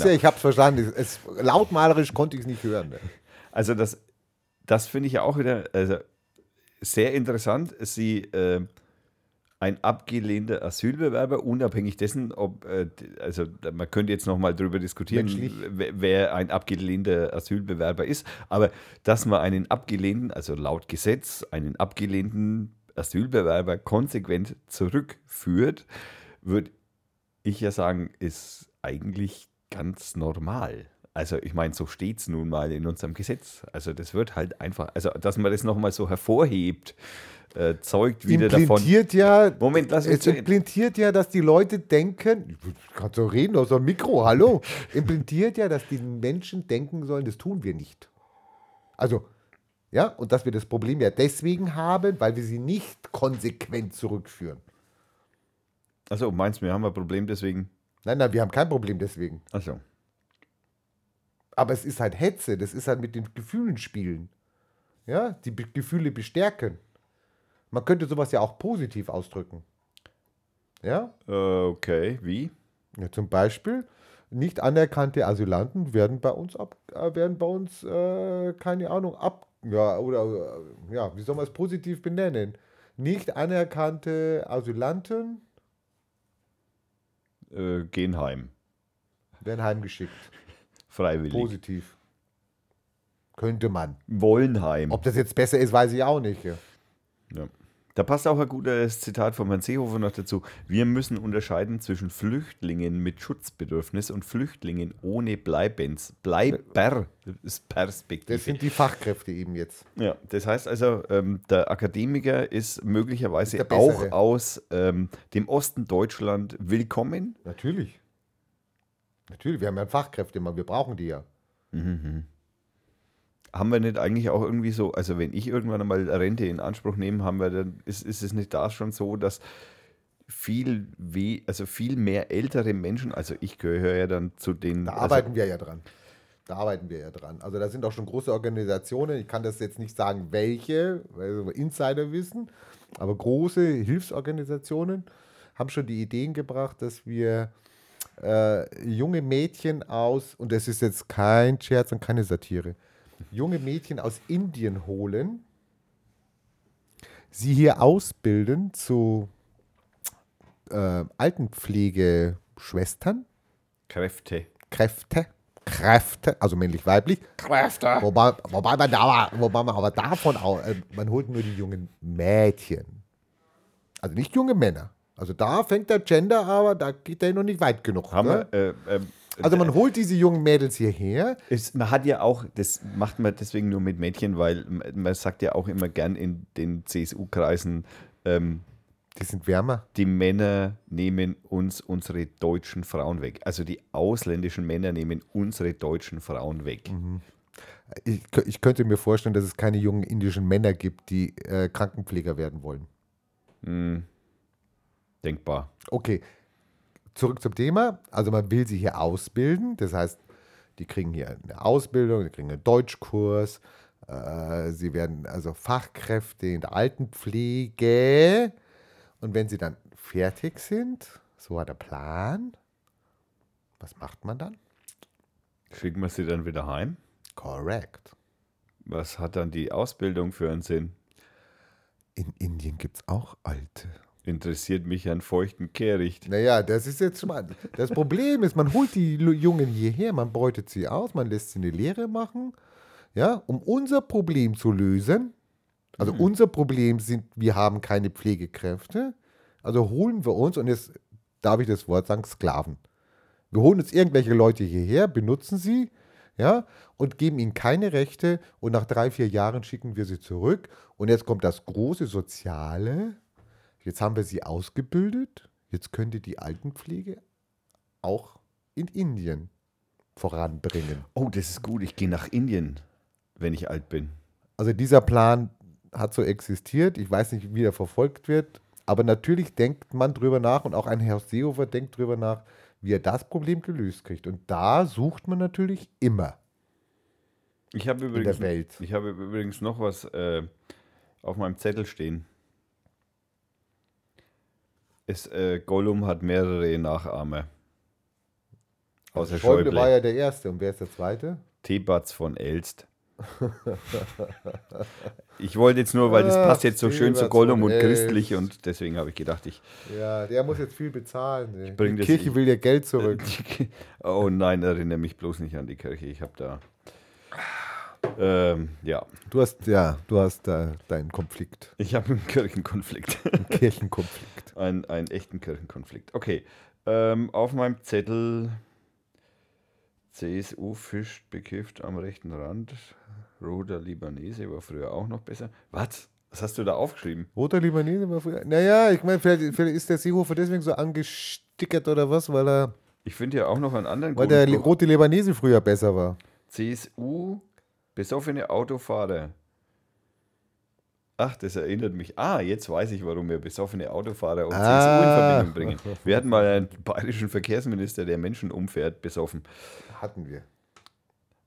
S1: genau.
S2: ja, ich hab's verstanden. Es, lautmalerisch konnte ich es nicht hören. Ne?
S1: Also das, das finde ich ja auch wieder also sehr interessant. Sie äh, ein abgelehnter Asylbewerber, unabhängig dessen, ob äh, d- also man könnte jetzt noch mal darüber diskutieren,
S2: Menschlich.
S1: wer, wer ein abgelehnter Asylbewerber ist, aber dass man einen abgelehnten, also laut Gesetz einen abgelehnten Asylbewerber konsequent zurückführt, würde ich ja sagen, ist eigentlich ganz normal. Also ich meine, so steht es nun mal in unserem Gesetz. Also das wird halt einfach, also dass man das nochmal so hervorhebt, äh, zeugt wieder davon.
S2: implantiert ja.
S1: Moment, lass mich
S2: Es
S1: Also zu-
S2: implantiert ja, dass die Leute denken, kannst du reden aus dem Mikro, hallo. implantiert ja, dass die Menschen denken sollen, das tun wir nicht. Also, ja, und dass wir das Problem ja deswegen haben, weil wir sie nicht konsequent zurückführen.
S1: Also meinst du, wir haben ein Problem deswegen?
S2: Nein, nein, wir haben kein Problem deswegen.
S1: Also
S2: Aber es ist halt Hetze, das ist halt mit den Gefühlen spielen. Ja, die Be Gefühle bestärken. Man könnte sowas ja auch positiv ausdrücken. Ja,
S1: äh, okay, wie?
S2: Ja, zum Beispiel, nicht anerkannte Asylanten werden bei uns ab, äh, werden bei uns, äh, keine Ahnung, ab, ja, oder, äh, ja, wie soll man es positiv benennen? Nicht anerkannte Asylanten
S1: Äh, gehen heim,
S2: werden heimgeschickt.
S1: freiwillig.
S2: Positiv. Könnte man.
S1: Wollen heim.
S2: Ob das jetzt besser ist, weiß ich auch nicht. Ja.
S1: Ja. Da passt auch ein gutes Zitat von Herrn Seehofer noch dazu. Wir müssen unterscheiden zwischen Flüchtlingen mit Schutzbedürfnis und Flüchtlingen ohne Bleibens, Bleiberperspektive.
S2: Das sind die Fachkräfte eben jetzt.
S1: Ja, das heißt also, ähm, der Akademiker ist möglicherweise
S2: Ist der
S1: auch
S2: Bessere.
S1: aus ähm, dem Osten Deutschland willkommen.
S2: Natürlich. Natürlich, wir haben ja Fachkräftemangel, wir brauchen die ja.
S1: Haben wir nicht eigentlich auch irgendwie so, also wenn ich irgendwann einmal Rente in Anspruch nehme, haben wir dann, ist, ist es nicht da schon so, dass viel weh, also viel mehr ältere Menschen, also ich gehöre ja dann zu den.
S2: Da
S1: also,
S2: arbeiten wir ja dran. Da arbeiten wir ja dran. Also da sind auch schon große Organisationen, ich kann das jetzt nicht sagen, welche, weil wir Insider wissen, aber große Hilfsorganisationen haben schon die Ideen gebracht, dass wir äh, junge Mädchen aus, und das ist jetzt kein Scherz und keine Satire, junge Mädchen aus Indien holen, sie hier ausbilden zu äh, Altenpflegeschwestern,
S1: Kräfte.
S2: Kräfte. Kräfte, also männlich-weiblich. Kräfte. Wobei, wobei, man da, wobei man aber davon auch, äh, man holt nur die jungen Mädchen. Also nicht junge Männer. Also da fängt der Gender, aber da geht der noch nicht weit genug.
S1: Haben
S2: ne?
S1: wir, äh, ähm,
S2: Also man holt diese jungen Mädels hierher.
S1: Es, man hat ja auch, das macht man deswegen nur mit Mädchen, weil man- man sagt ja auch immer gern in den CSU-Kreisen, ähm,
S2: Die sind wärmer.
S1: die Männer nehmen uns unsere deutschen Frauen weg. Also die ausländischen Männer nehmen unsere deutschen Frauen weg.
S2: Ich, kö- ich könnte mir vorstellen, dass es keine jungen indischen Männer gibt, die äh, Krankenpfleger werden wollen.
S1: Denkbar.
S2: Okay, zurück zum Thema. Also man will sie hier ausbilden. Das heißt, die kriegen hier eine Ausbildung, die kriegen einen Deutschkurs. Äh, sie werden also Fachkräfte in der Altenpflege. Und wenn sie dann fertig sind, so hat der Plan, was macht man dann?
S1: Schicken wir sie dann wieder heim?
S2: Correct.
S1: Was hat dann die Ausbildung für einen Sinn?
S2: In Indien gibt es auch Alte.
S1: Interessiert mich an feuchten Kehricht.
S2: Naja, das ist jetzt schon mal. Das Problem ist, man holt die Lu- Jungen hierher, man beutet sie aus, man lässt sie eine Lehre machen. Ja, um unser Problem zu lösen. Also unser Problem sind, wir haben keine Pflegekräfte. Also holen wir uns, und jetzt darf ich das Wort sagen, Sklaven. Wir holen uns irgendwelche Leute hierher, benutzen sie, ja, und geben ihnen keine Rechte und nach drei, vier Jahren schicken wir sie zurück. Und jetzt kommt das große Soziale. Jetzt haben wir sie ausgebildet. Jetzt könnte die Altenpflege auch in Indien voranbringen.
S1: Oh, das ist gut. Ich gehe nach Indien, wenn ich alt bin.
S2: Also dieser Plan hat so existiert. Ich weiß nicht, wie er verfolgt wird. Aber natürlich denkt man drüber nach und auch ein Herr Seehofer denkt drüber nach, wie er das Problem gelöst kriegt. Und da sucht man natürlich immer.
S1: Ich habe übrigens,
S2: Welt.
S1: Ich habe übrigens noch was äh, auf meinem Zettel stehen. Es, äh, Gollum hat mehrere Nachahmer. Außer
S2: Schäuble
S1: Schäuble.
S2: war ja der Erste. Und wer ist der Zweite?
S1: Tebatz von Elst. ich wollte jetzt nur, weil das
S2: Ach,
S1: passt jetzt so schön zu
S2: Tebatz
S1: Gollum
S2: von
S1: und christlich
S2: Elst.
S1: und deswegen habe ich gedacht, ich
S2: Ja, der muss jetzt viel bezahlen. ne?
S1: bring
S2: die
S1: das-
S2: Kirche
S1: ich-
S2: will ja Geld zurück.
S1: [LAUGHS] Oh nein, erinnere mich bloß nicht an die Kirche. Ich habe da. Ähm, ja,
S2: Du hast, ja, du hast da deinen Konflikt.
S1: ich habe einen Kirchenkonflikt.
S2: [LAUGHS]
S1: [LAUGHS]
S2: Kirchenkonflikt.
S1: einen, einen echten Kirchenkonflikt. Okay. Ähm, auf meinem Zettel CSU fischt bekifft am rechten Rand. Roder Libanese war früher auch noch besser. Was? Was hast du da aufgeschrieben?
S2: Roter Libanese war früher. Naja, ich meine, vielleicht, vielleicht ist der Seehofer deswegen so angestickert oder was, weil er.
S1: Ich finde ja auch noch einen anderen
S2: Weil der
S1: guten
S2: Le-
S1: Spruch.
S2: rote Libanese früher besser war.
S1: CSU besoffene Autofahrer. Ach, das erinnert mich. Ah, jetzt weiß ich, warum wir besoffene Autofahrer und
S2: Ah.
S1: CSU in Verbindung bringen. Wir hatten mal
S2: [LAUGHS]
S1: einen bayerischen Verkehrsminister, der Menschen umfährt, besoffen.
S2: Hatten wir.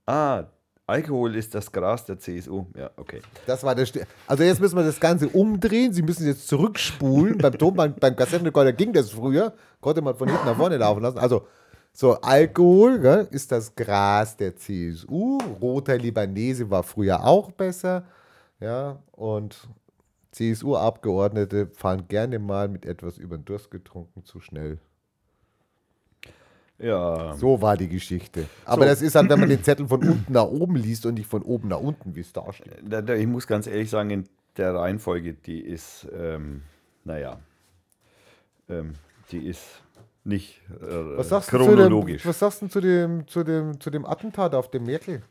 S1: Ah, Alkohol ist das Gras der CSU. Ja, okay.
S2: Das war der Sti Also jetzt müssen wir das Ganze umdrehen. Sie müssen jetzt zurückspulen. beim Ton, beim, beim Kassettenrekorder ging das früher. Konnte man von hinten nach vorne laufen lassen. Also, so Alkohol gell, ist das Gras der CSU. Roter Libanese war früher auch besser. Ja, und CSU-Abgeordnete fahren gerne mal mit etwas über den Durst getrunken zu schnell.
S1: Ja,
S2: So war die Geschichte. Aber
S1: So.
S2: das ist halt, wenn man den Zettel von unten nach oben liest und nicht von oben nach unten, wie es da steht.
S1: da, da, ich muss ganz ehrlich sagen, in der Reihenfolge, die ist, ähm, naja, ähm, die ist nicht äh,
S2: Was sagst
S1: chronologisch.
S2: Du zu dem, was sagst du zu dem, zu, dem, zu dem Attentat auf dem Merkel?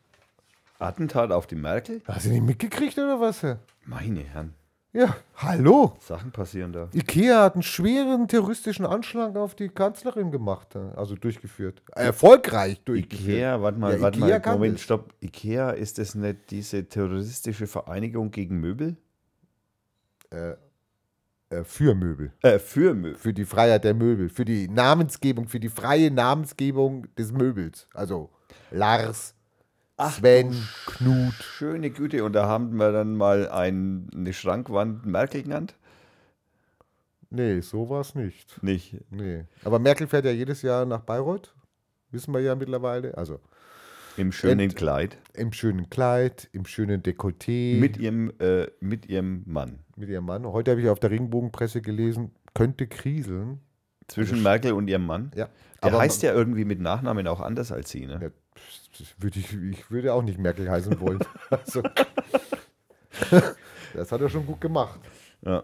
S1: Attentat auf die Merkel?
S2: Hast du nicht mitgekriegt oder was?
S1: Meine Herren,
S2: Ja, hallo.
S1: Sachen passieren da.
S2: Ikea hat einen schweren terroristischen Anschlag auf die Kanzlerin gemacht, also durchgeführt. Erfolgreich durchgeführt.
S1: Ikea, warte mal,
S2: Ja,
S1: warte
S2: Ikea
S1: mal,
S2: kann
S1: Moment,
S2: das.
S1: stopp. Ikea, ist das nicht diese terroristische Vereinigung gegen Möbel?
S2: Äh, für Möbel.
S1: Äh, für Möbel.
S2: Für die Freiheit der Möbel. Für die Namensgebung, für die freie Namensgebung des Möbels. Also Lars, Sven, Knut.
S1: Schöne Güte, und da haben wir dann mal ein, eine Schrankwand Merkel genannt?
S2: Nee, so war es nicht.
S1: Nicht.
S2: Nee. Aber Merkel fährt ja jedes Jahr nach Bayreuth. Wissen wir ja mittlerweile. Also
S1: Im schönen
S2: Ent-
S1: Kleid.
S2: im schönen Kleid, im schönen Dekolleté.
S1: Mit ihrem, äh, mit ihrem Mann.
S2: mit ihrem Mann. Heute habe ich auf der Regenbogenpresse gelesen, könnte kriseln.
S1: Zwischen Merkel und ihrem Mann.
S2: Ja.
S1: Der heißt ja irgendwie mit Nachnamen auch anders als sie, ne?
S2: Ja, das würde ich, ich würde auch nicht Merkel heißen
S1: [LAUGHS]
S2: wollen. also, das hat er schon gut gemacht.
S1: Ja.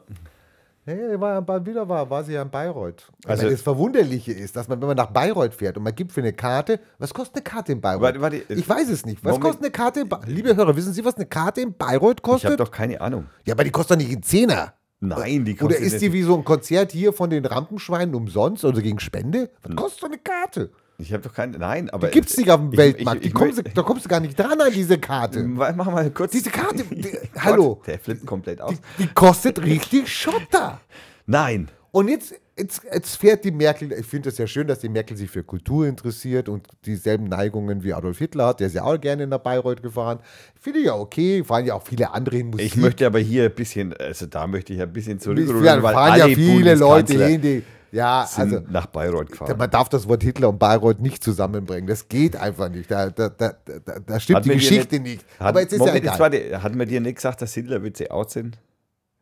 S2: Hey, war, war, wieder war, war sie ja in Bayreuth. Also
S1: Also-
S2: das Verwunderliche ist, dass man, wenn man nach Bayreuth fährt und man gibt für eine Karte, was kostet eine Karte in Bayreuth?
S1: Warte, warte,
S2: ich weiß es nicht. Was
S1: Moment.
S2: kostet eine Karte in Bayreuth? Liebe Hörer, wissen Sie, was eine Karte in Bayreuth
S1: Ich habe
S2: kostet?
S1: doch keine Ahnung.
S2: ja, aber die kostet doch nicht einen Zehner.
S1: Nein, die
S2: Oder
S1: kostet
S2: ist die
S1: nicht-
S2: wie so ein Konzert hier von den Rampenschweinen umsonst oder gegen Spende?
S1: Hm.
S2: Was kostet so eine Karte?
S1: Ich habe doch keine. Nein, aber.
S2: Gibt es nicht auf
S1: Äh,
S2: dem
S1: Ich- ich-
S2: Weltmarkt.
S1: Hm. ich
S2: die kommen,
S1: möchte-
S2: sie- da kommst du gar nicht dran an diese Karte.
S1: Wa- Mach mal kurz.
S2: Diese Karte, die-
S1: Gott,
S2: hallo.
S1: Der flippt komplett aus.
S2: Die, die kostet richtig Schotter.
S1: Nein.
S2: Und jetzt, jetzt, jetzt fährt die Merkel, ich finde es ja schön, dass die Merkel sich für Kultur interessiert und dieselben Neigungen wie Adolf Hitler hat, der ist ja auch gerne nach Bayreuth gefahren. Finde ich ja okay, fahren ja auch viele andere in Musik.
S1: Ich möchte aber hier ein bisschen, also da möchte ich ein bisschen zurückrudern,
S2: ja,
S1: weil
S2: fahren
S1: alle
S2: ja viele Leute
S1: Bundeskanzler
S2: hin, die, ja,
S1: sind
S2: also
S1: nach Bayreuth gefahren.
S2: man darf das Wort Hitler und Bayreuth nicht zusammenbringen. Das geht einfach nicht. Da, da, da, da, da stimmt
S1: Hat
S2: die
S1: mir dir
S2: Geschichte nicht.
S1: Hat,
S2: Aber jetzt ist
S1: Moment,
S2: ja
S1: jetzt
S2: egal.
S1: warte, hat man dir nicht gesagt, dass Hitlerwitze out sind?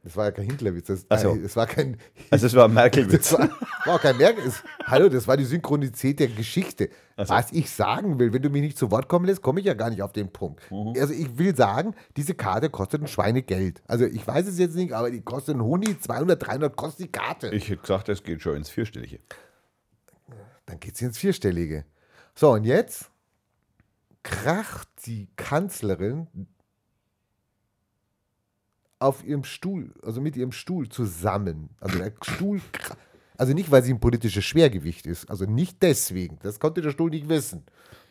S2: Das war ja kein Hitlerwitz. Das,
S1: Ach so.
S2: das war kein [LAUGHS]
S1: Also es war ein
S2: Das
S1: Merkelwitz.
S2: war, war auch kein Merkel. Es- Hallo, das war die Synchronizität der Geschichte. Was ich sagen will, wenn du mich nicht zu Wort kommen lässt, komme ich ja gar nicht auf den Punkt.
S1: Mhm.
S2: Also ich will sagen, diese Karte kostet ein Schweinegeld. Also ich weiß es jetzt nicht, aber die kostet ein Huni, 200, 300 kostet die Karte.
S1: Ich hätte gesagt, das geht schon ins Vierstellige.
S2: Dann geht sie ins Vierstellige. So, und jetzt kracht die Kanzlerin auf ihrem Stuhl, also mit ihrem Stuhl zusammen. Also der Stuhl, kra- also nicht, weil sie ein politisches Schwergewicht ist, also nicht deswegen, das konnte der Stuhl nicht wissen.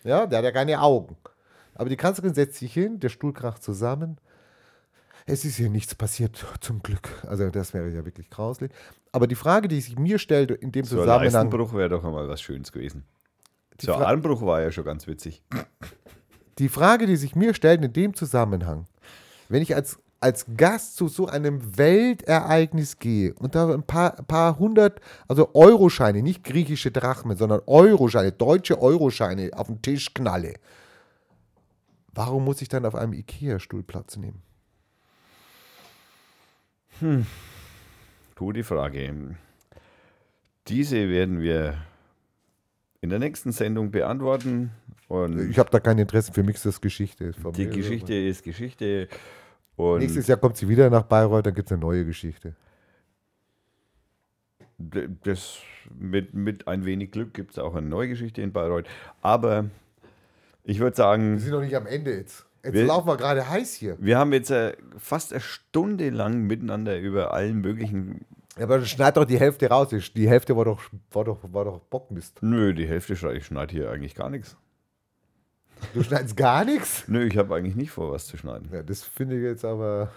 S2: Ja, der hat ja keine Augen. Aber die Kanzlerin setzt sich hin, der Stuhl kracht zusammen. Es ist hier nichts passiert, zum Glück. Also das wäre ja wirklich grauslich. Aber die Frage, die sich mir stellt in dem
S1: So ein
S2: Zusammenhang,
S1: Leistenbruch wäre doch einmal was Schönes gewesen. So ein
S2: Fra-
S1: Armbruch war ja schon ganz witzig.
S2: Die Frage, die sich mir stellt in dem Zusammenhang, wenn ich als, als Gast zu so einem Weltereignis gehe und da ein paar, paar hundert, also Euroscheine, nicht griechische Drachmen, sondern Euroscheine, deutsche Euroscheine auf den Tisch knalle, warum muss ich dann auf einem Ikea-Stuhl Platz nehmen?
S1: Gute Frage. Diese werden wir in der nächsten Sendung beantworten. Und
S2: Ich habe da kein Interesse, für mich ist das Geschichte. Von
S1: die
S2: mir-
S1: Geschichte ist Geschichte. Und
S2: Nächstes Jahr kommt sie wieder nach Bayreuth, dann gibt es eine neue Geschichte.
S1: D- Das mit, mit ein wenig Glück gibt es auch eine neue Geschichte in Bayreuth. Aber ich würde
S2: Wir
S1: sagen,
S2: sind noch nicht am Ende jetzt. Jetzt
S1: Wir-
S2: laufen wir gerade heiß hier.
S1: wir haben jetzt äh, fast eine Stunde lang miteinander über allen möglichen.
S2: Ja, aber schneid doch die Hälfte raus. Die Hälfte war doch, war doch, war doch Bockmist.
S1: Nö, die Hälfte schneide ich schneid hier eigentlich gar nichts.
S2: Du schneidest gar nichts?
S1: Nö, ich habe eigentlich nicht vor, was zu schneiden.
S2: Ja, das finde ich jetzt aber.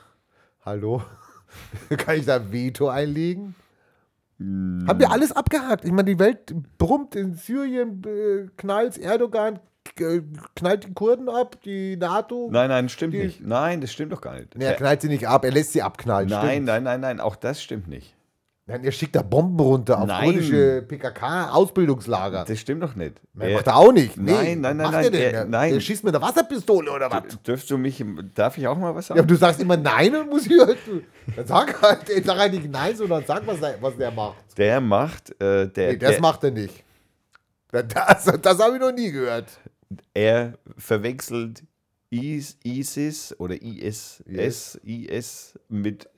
S2: Hallo? [LAUGHS] Kann ich da Veto einlegen?
S1: Hm.
S2: Haben wir alles abgehakt? Ich meine, die Welt brummt in Syrien, äh, knallt Erdogan, k- äh, knallt die Kurden ab, die NATO.
S1: Nein, nein, stimmt
S2: Die-
S1: nicht. Nein, das stimmt doch gar nicht.
S2: Nee, er
S1: Äh,
S2: knallt sie nicht ab, er lässt sie abknallen.
S1: nein,
S2: stimmt.
S1: nein, nein, nein, auch das stimmt nicht.
S2: nein. Er schickt da Bomben runter auf
S1: Nein.
S2: kurdische PKK-Ausbildungslager.
S1: Das stimmt doch nicht.
S2: Mehr
S1: Äh,
S2: macht er auch nicht.
S1: nein,
S2: Nee,
S1: nein, nein,
S2: macht er
S1: nein,
S2: denn?
S1: er-
S2: Der-
S1: nein.
S2: Der schießt mit einer Wasserpistole oder was?
S1: Dürfst du mich, darf ich auch mal was sagen?
S2: Ja, aber du sagst immer nein und muss ich halt. Dann sag halt, ey, sag halt nicht nein, sondern sag, was, er- was der macht.
S1: der macht, äh, der,
S2: Nee, das
S1: der,
S2: macht er nicht. Das, das habe ich noch nie gehört.
S1: er verwechselt Is, ISIS oder ISS,
S2: Yes.
S1: IS mit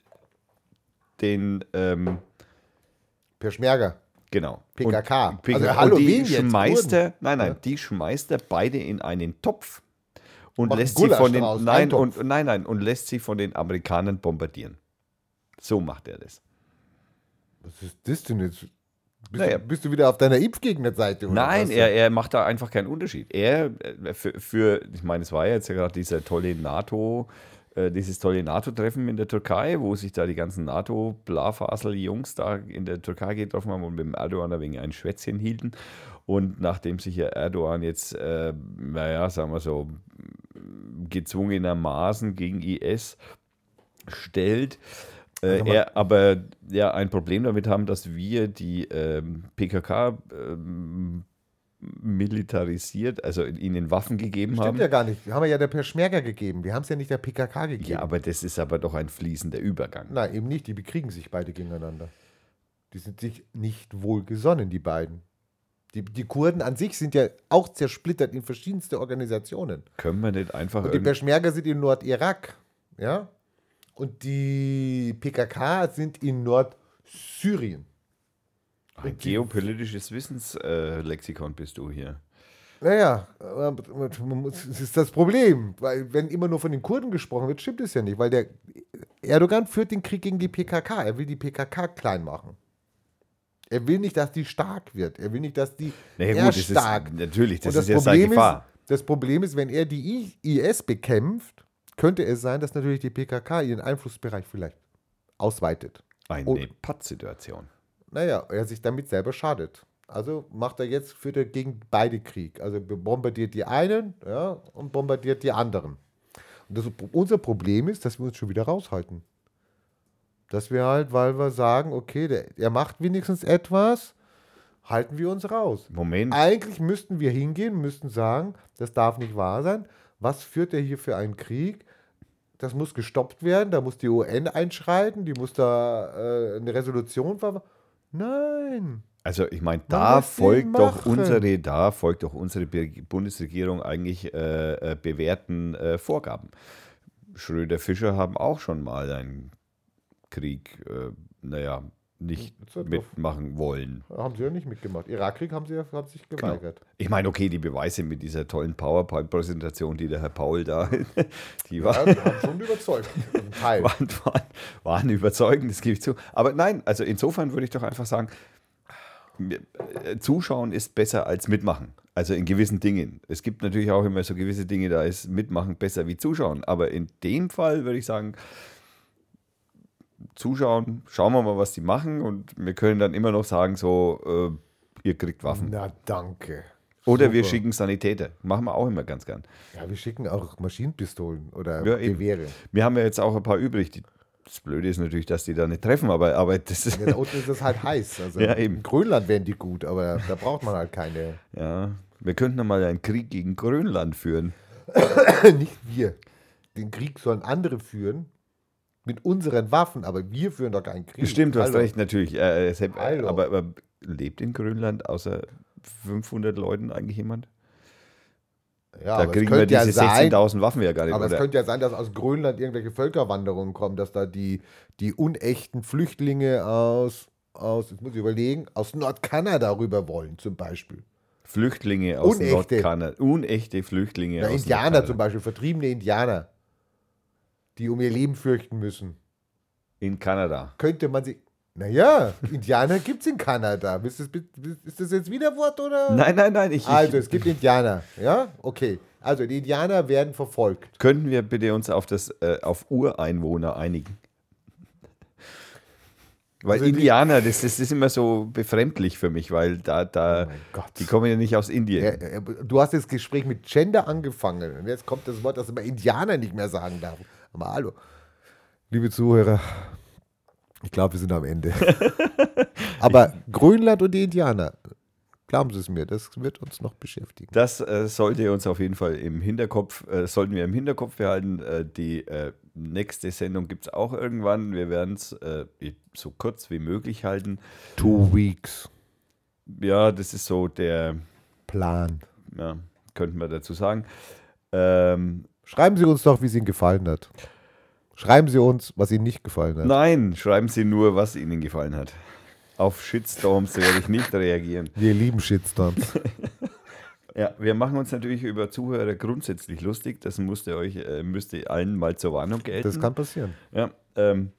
S1: den, ähm,
S2: Peschmerga.
S1: genau.
S2: PKK.
S1: Und, PKK.
S2: Also,
S1: Also,
S2: hallo,
S1: und die
S2: wen jetzt?
S1: schmeißt er, nein, nein,
S2: Ja.
S1: die schmeißt er beide in einen Topf und
S2: Macht
S1: lässt sie
S2: Gulasch
S1: von den,
S2: draus, ein
S1: nein,
S2: Topf.
S1: und, nein, nein, und lässt sie von den Amerikanern bombardieren. So macht er das.
S2: Was ist das denn jetzt? Bist,
S1: Naja.
S2: du, bist du wieder auf deiner Impfgegnerseite? oder
S1: Nein,
S2: was?
S1: er, er macht da einfach keinen Unterschied. Er äh, für, für ich meine, es war ja jetzt ja gerade dieser tolle NATO, äh, dieses tolle NATO-Treffen in der Türkei, wo sich da die ganzen NATO-Blafasel-Jungs da in der Türkei getroffen haben und mit dem Erdogan da wegen ein Schwätzchen hielten. Und nachdem sich ja Erdogan jetzt, äh, naja, sagen wir so, gezwungenermaßen gegen IS stellt, äh,
S2: mal-
S1: er aber ja ein Problem damit haben, dass wir die ähm, PKK ähm, militarisiert, also in- ihnen Waffen gegeben
S2: Stimmt
S1: haben.
S2: ja gar nicht. Wir haben ja der Peschmerga gegeben. Wir haben es ja nicht der PKK gegeben.
S1: ja, aber das ist aber doch ein fließender Übergang.
S2: Nein, eben nicht. Die bekriegen sich beide gegeneinander. Die sind sich nicht wohlgesonnen, die beiden. Die, die Kurden an sich sind ja auch zersplittert in verschiedenste Organisationen.
S1: Können wir nicht einfach
S2: Und die
S1: irgend-
S2: Peschmerga sind in Nordirak. Ja? Und die PKK sind in Nord Syrien.
S1: Ein geopolitisches Wissenslexikon bist du hier.
S2: Naja, äh, man muss- das ist das Problem. Weil, wenn immer nur von den Kurden gesprochen wird, stimmt es ja nicht. Weil der Erdogan führt den Krieg gegen die PKK. Er will die PKK klein machen. Er will nicht, dass die stark wird. Er will nicht, dass die
S1: Naja,
S2: er
S1: gut, das
S2: stark.
S1: ist, natürlich, das,
S2: Und
S1: ist ja seine Gefahr.
S2: Ist, das Problem ist, wenn er die I- IS bekämpft, könnte es sein, dass natürlich die PKK ihren Einflussbereich vielleicht ausweitet.
S1: Eine
S2: Oh.
S1: Pattsituation.
S2: Naja, er sich damit selber schadet. Also macht er jetzt, führt er gegen beide Krieg. Also bombardiert die einen ja, und bombardiert die anderen. Und das, unser Problem ist, dass wir uns schon wieder raushalten. Dass wir halt, weil wir sagen, okay, der, er macht wenigstens etwas, halten wir uns raus.
S1: Moment,
S2: Eigentlich müssten wir hingehen, müssten sagen, das darf nicht wahr sein. Was führt er hier für einen Krieg? Das muss gestoppt werden, da muss die UN einschreiten, die muss da äh, eine Resolution ver... Nein.
S1: also ich meine,
S2: Man
S1: da
S2: muss den
S1: folgt doch
S2: machen.
S1: unsere, da folgt doch unsere Be- Bundesregierung eigentlich äh, äh, bewährten äh, Vorgaben. Schröder Fischer haben auch schon mal einen Krieg, äh, naja, nicht
S2: Das hat doch-
S1: mitmachen wollen.
S2: Haben sie ja nicht mitgemacht. Irakkrieg haben sie ja haben sich
S1: Genau.
S2: geweigert.
S1: Ich meine, okay, die Beweise mit dieser tollen PowerPoint-Präsentation, die der Herr Paul da, [LAUGHS] die war,
S2: Ja, Also, die haben schon überzeugt. Ein Teil.
S1: waren, waren, waren überzeugend, das gebe ich zu. Aber nein, also insofern würde ich doch einfach sagen, mir- äh, zuschauen ist besser als mitmachen. Also in gewissen Dingen. Es gibt natürlich auch immer so gewisse Dinge, da ist mitmachen besser wie zuschauen. Aber in dem Fall würde ich sagen, zuschauen, schauen wir mal, was die machen und wir können dann immer noch sagen, so, äh, ihr kriegt Waffen.
S2: Na danke.
S1: Oder wir
S2: Super.
S1: schicken Sanitäter. Machen wir auch immer ganz gern.
S2: Ja, wir schicken auch Maschinenpistolen oder
S1: Ja, eben.
S2: Gewehre.
S1: Wir haben ja jetzt auch ein paar übrig. Die, das Blöde ist natürlich, dass die da nicht treffen, aber, aber das ist.
S2: Ja, da unten ist es halt heiß. Also
S1: Ja, eben.
S2: In Grönland wären die gut, aber da braucht man halt keine.
S1: [LAUGHS] Ja, wir könnten mal einen Krieg gegen Grönland führen.
S2: [LAUGHS] nicht wir. Den Krieg sollen andere führen mit unseren Waffen, aber wir führen doch keinen Krieg.
S1: Stimmt, du hast
S2: Hallo.
S1: recht, natürlich. Äh, es hätte,
S2: Hallo.
S1: aber, aber lebt in Grönland außer 500 Leuten eigentlich jemand?
S2: Ja,
S1: da
S2: aber es
S1: kriegen wir
S2: könnte ja
S1: diese
S2: sein,
S1: 16.000 Waffen ja gar nicht.
S2: aber es
S1: oder?
S2: könnte ja sein, dass aus Grönland irgendwelche Völkerwanderungen kommen, dass da die, die unechten Flüchtlinge aus, aus, jetzt muss ich überlegen, aus Nordkanada rüber wollen zum Beispiel.
S1: Flüchtlinge aus
S2: Unechte.
S1: Nordkanada. Unechte Flüchtlinge
S2: Ja,
S1: aus
S2: Indianer zum
S1: Nordkanada.
S2: Beispiel, vertriebene Indianer, die um ihr Leben fürchten müssen.
S1: In Kanada.
S2: Könnte man sie. Naja, Indianer gibt es in Kanada. Ist das, ist das jetzt Widerwort oder?
S1: Nein, nein, nein. Ich,
S2: Also,
S1: ich,
S2: es gibt Indianer, ja? Okay. Also, die Indianer werden verfolgt.
S1: könnten wir bitte uns auf das äh, auf Ureinwohner einigen? Weil
S2: Also die-
S1: Indianer, das, das ist immer so befremdlich für mich, weil da, da
S2: mein Gott.
S1: die kommen ja nicht aus Indien.
S2: Ja, ja, äh, Du hast das Gespräch mit Gender angefangen und jetzt kommt das Wort, das man Indianer nicht mehr sagen darf. Aber hallo. Liebe Zuhörer, ich glaube, wir sind am Ende. [LAUGHS] Aber Grönland und die Indianer, glauben Sie es mir, das wird uns noch beschäftigen.
S1: Das äh, sollte uns auf jeden Fall im Hinterkopf, äh, sollten wir im Hinterkopf behalten. Äh, die äh, nächste Sendung gibt es auch irgendwann. Wir werden es äh, so kurz wie möglich halten.
S2: Two Weeks
S1: Ja, das ist so der,
S2: Plan.
S1: ja, könnten wir dazu sagen. Ähm,
S2: Schreiben Sie uns doch, wie es Ihnen gefallen hat. Schreiben Sie uns, was Ihnen nicht gefallen hat.
S1: nein, schreiben Sie nur, was Ihnen gefallen hat. Auf Shitstorms werde ich nicht reagieren.
S2: Wir lieben Shitstorms.
S1: Ja, wir machen uns natürlich über Zuhörer grundsätzlich lustig. Das musste euch, äh, müsste allen mal zur Warnung gelten.
S2: Das kann passieren.
S1: Ja, ähm,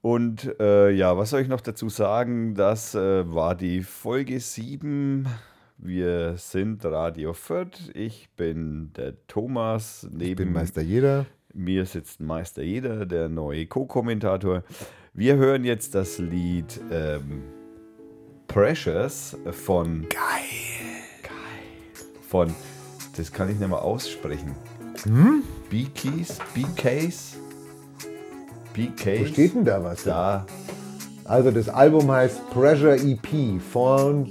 S1: und äh, ja, was soll ich noch dazu sagen? Das äh, war die Folge 7. Wir sind Radio Fürth. Ich bin der Thomas. Neben
S2: Ich bin Meister jeder.
S1: mir sitzt Meister Jeder, der neue Co-Kommentator. Wir hören jetzt das Lied ähm, Precious von. Geil! Geil! Von. Das kann ich nicht mal aussprechen. Hm? BKs? BKs? BKs?
S2: Wo steht denn da was?
S1: da?
S2: Also das Album heißt Pressure EP von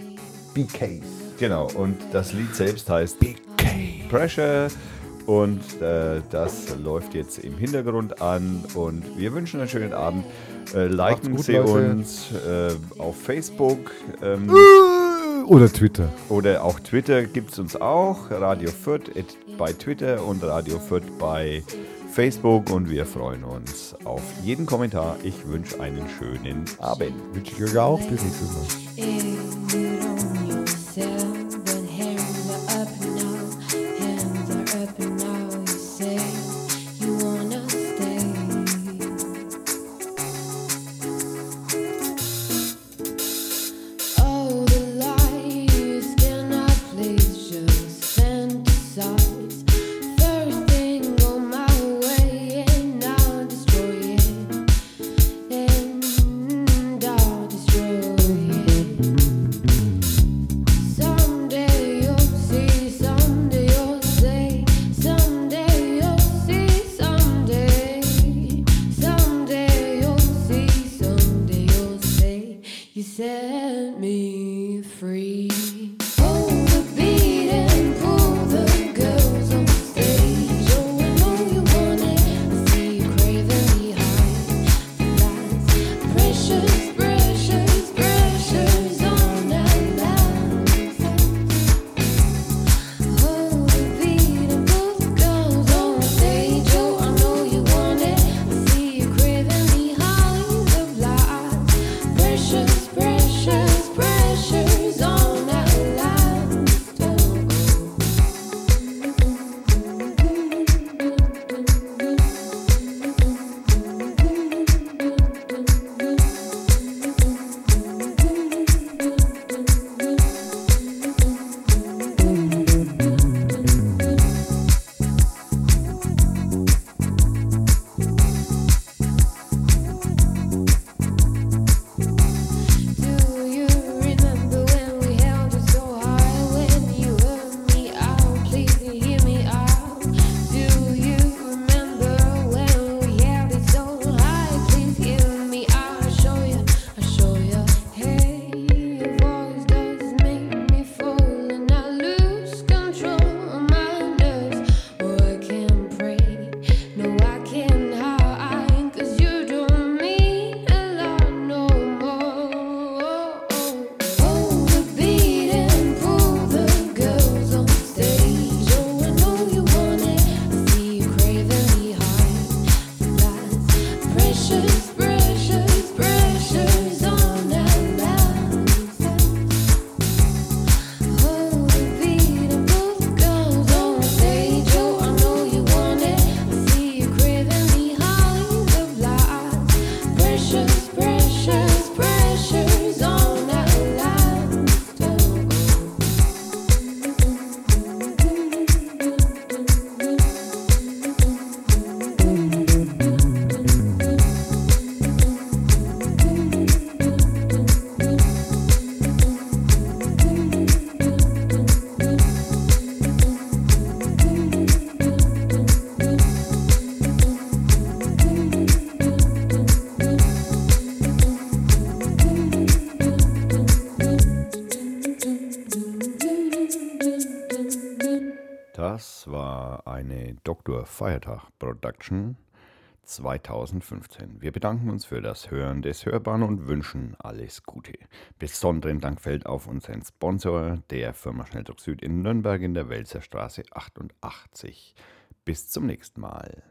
S2: BKs.
S1: Genau, und das Lied selbst heißt Pressure. Und äh, das läuft jetzt im Hintergrund an. Und wir wünschen einen schönen Abend. Äh, liken
S2: gut,
S1: Sie
S2: Leute.
S1: uns äh, auf Facebook ähm,
S2: Oder Twitter.
S1: oder auch Twitter gibt es uns auch. Radio Fürth at, bei Twitter und Radio Fürth bei Facebook und wir freuen uns auf jeden Kommentar. Ich wünsche einen schönen Abend.
S2: Wünsche ich euch auch. Bis nächstes Mal.
S4: First thing on my way, and I'll destroy it. And I'll destroy it. Someday you'll see, someday you'll say, someday you'll see, someday, someday you'll see, someday you'll say, you set me free. Pull the beat and pull the girls on stage. Oh, I know you want it. I see you craving me high. Precious, precious, precious on that Hold the beat and put the girls on stage. Oh, I know you want it. I see you craving behind the lights. Precious, precious, precious on that Do you remember when we held you so high? When you heard me out, please hear me out. Do you remember when we held it so high? Please hear me out. I show you, I show you. Hey, your voice does make me fall, and I lose control of my nerves. Oh, I can't pray, no, I can't hide, 'cause you don't mean a lot no more. Hold the beat and pull the girls on stage. Oh, I know you want it. I see you craving behind the lights. Precious, precious, precious on that line. Hold the beat and pull the girls on stage. Oh, I know you want it. I see you craving behind the lights. Precious, precious, precious on that line.
S1: Das war eine Dr. Feiertag Production 2015. Wir bedanken uns für das Hören des Hörbaren und wünschen alles Gute. Besonderen Dank fällt auf unseren Sponsor, der Firma Schnelldruck Süd in Nürnberg in der Welser Straße 88. Bis zum nächsten Mal.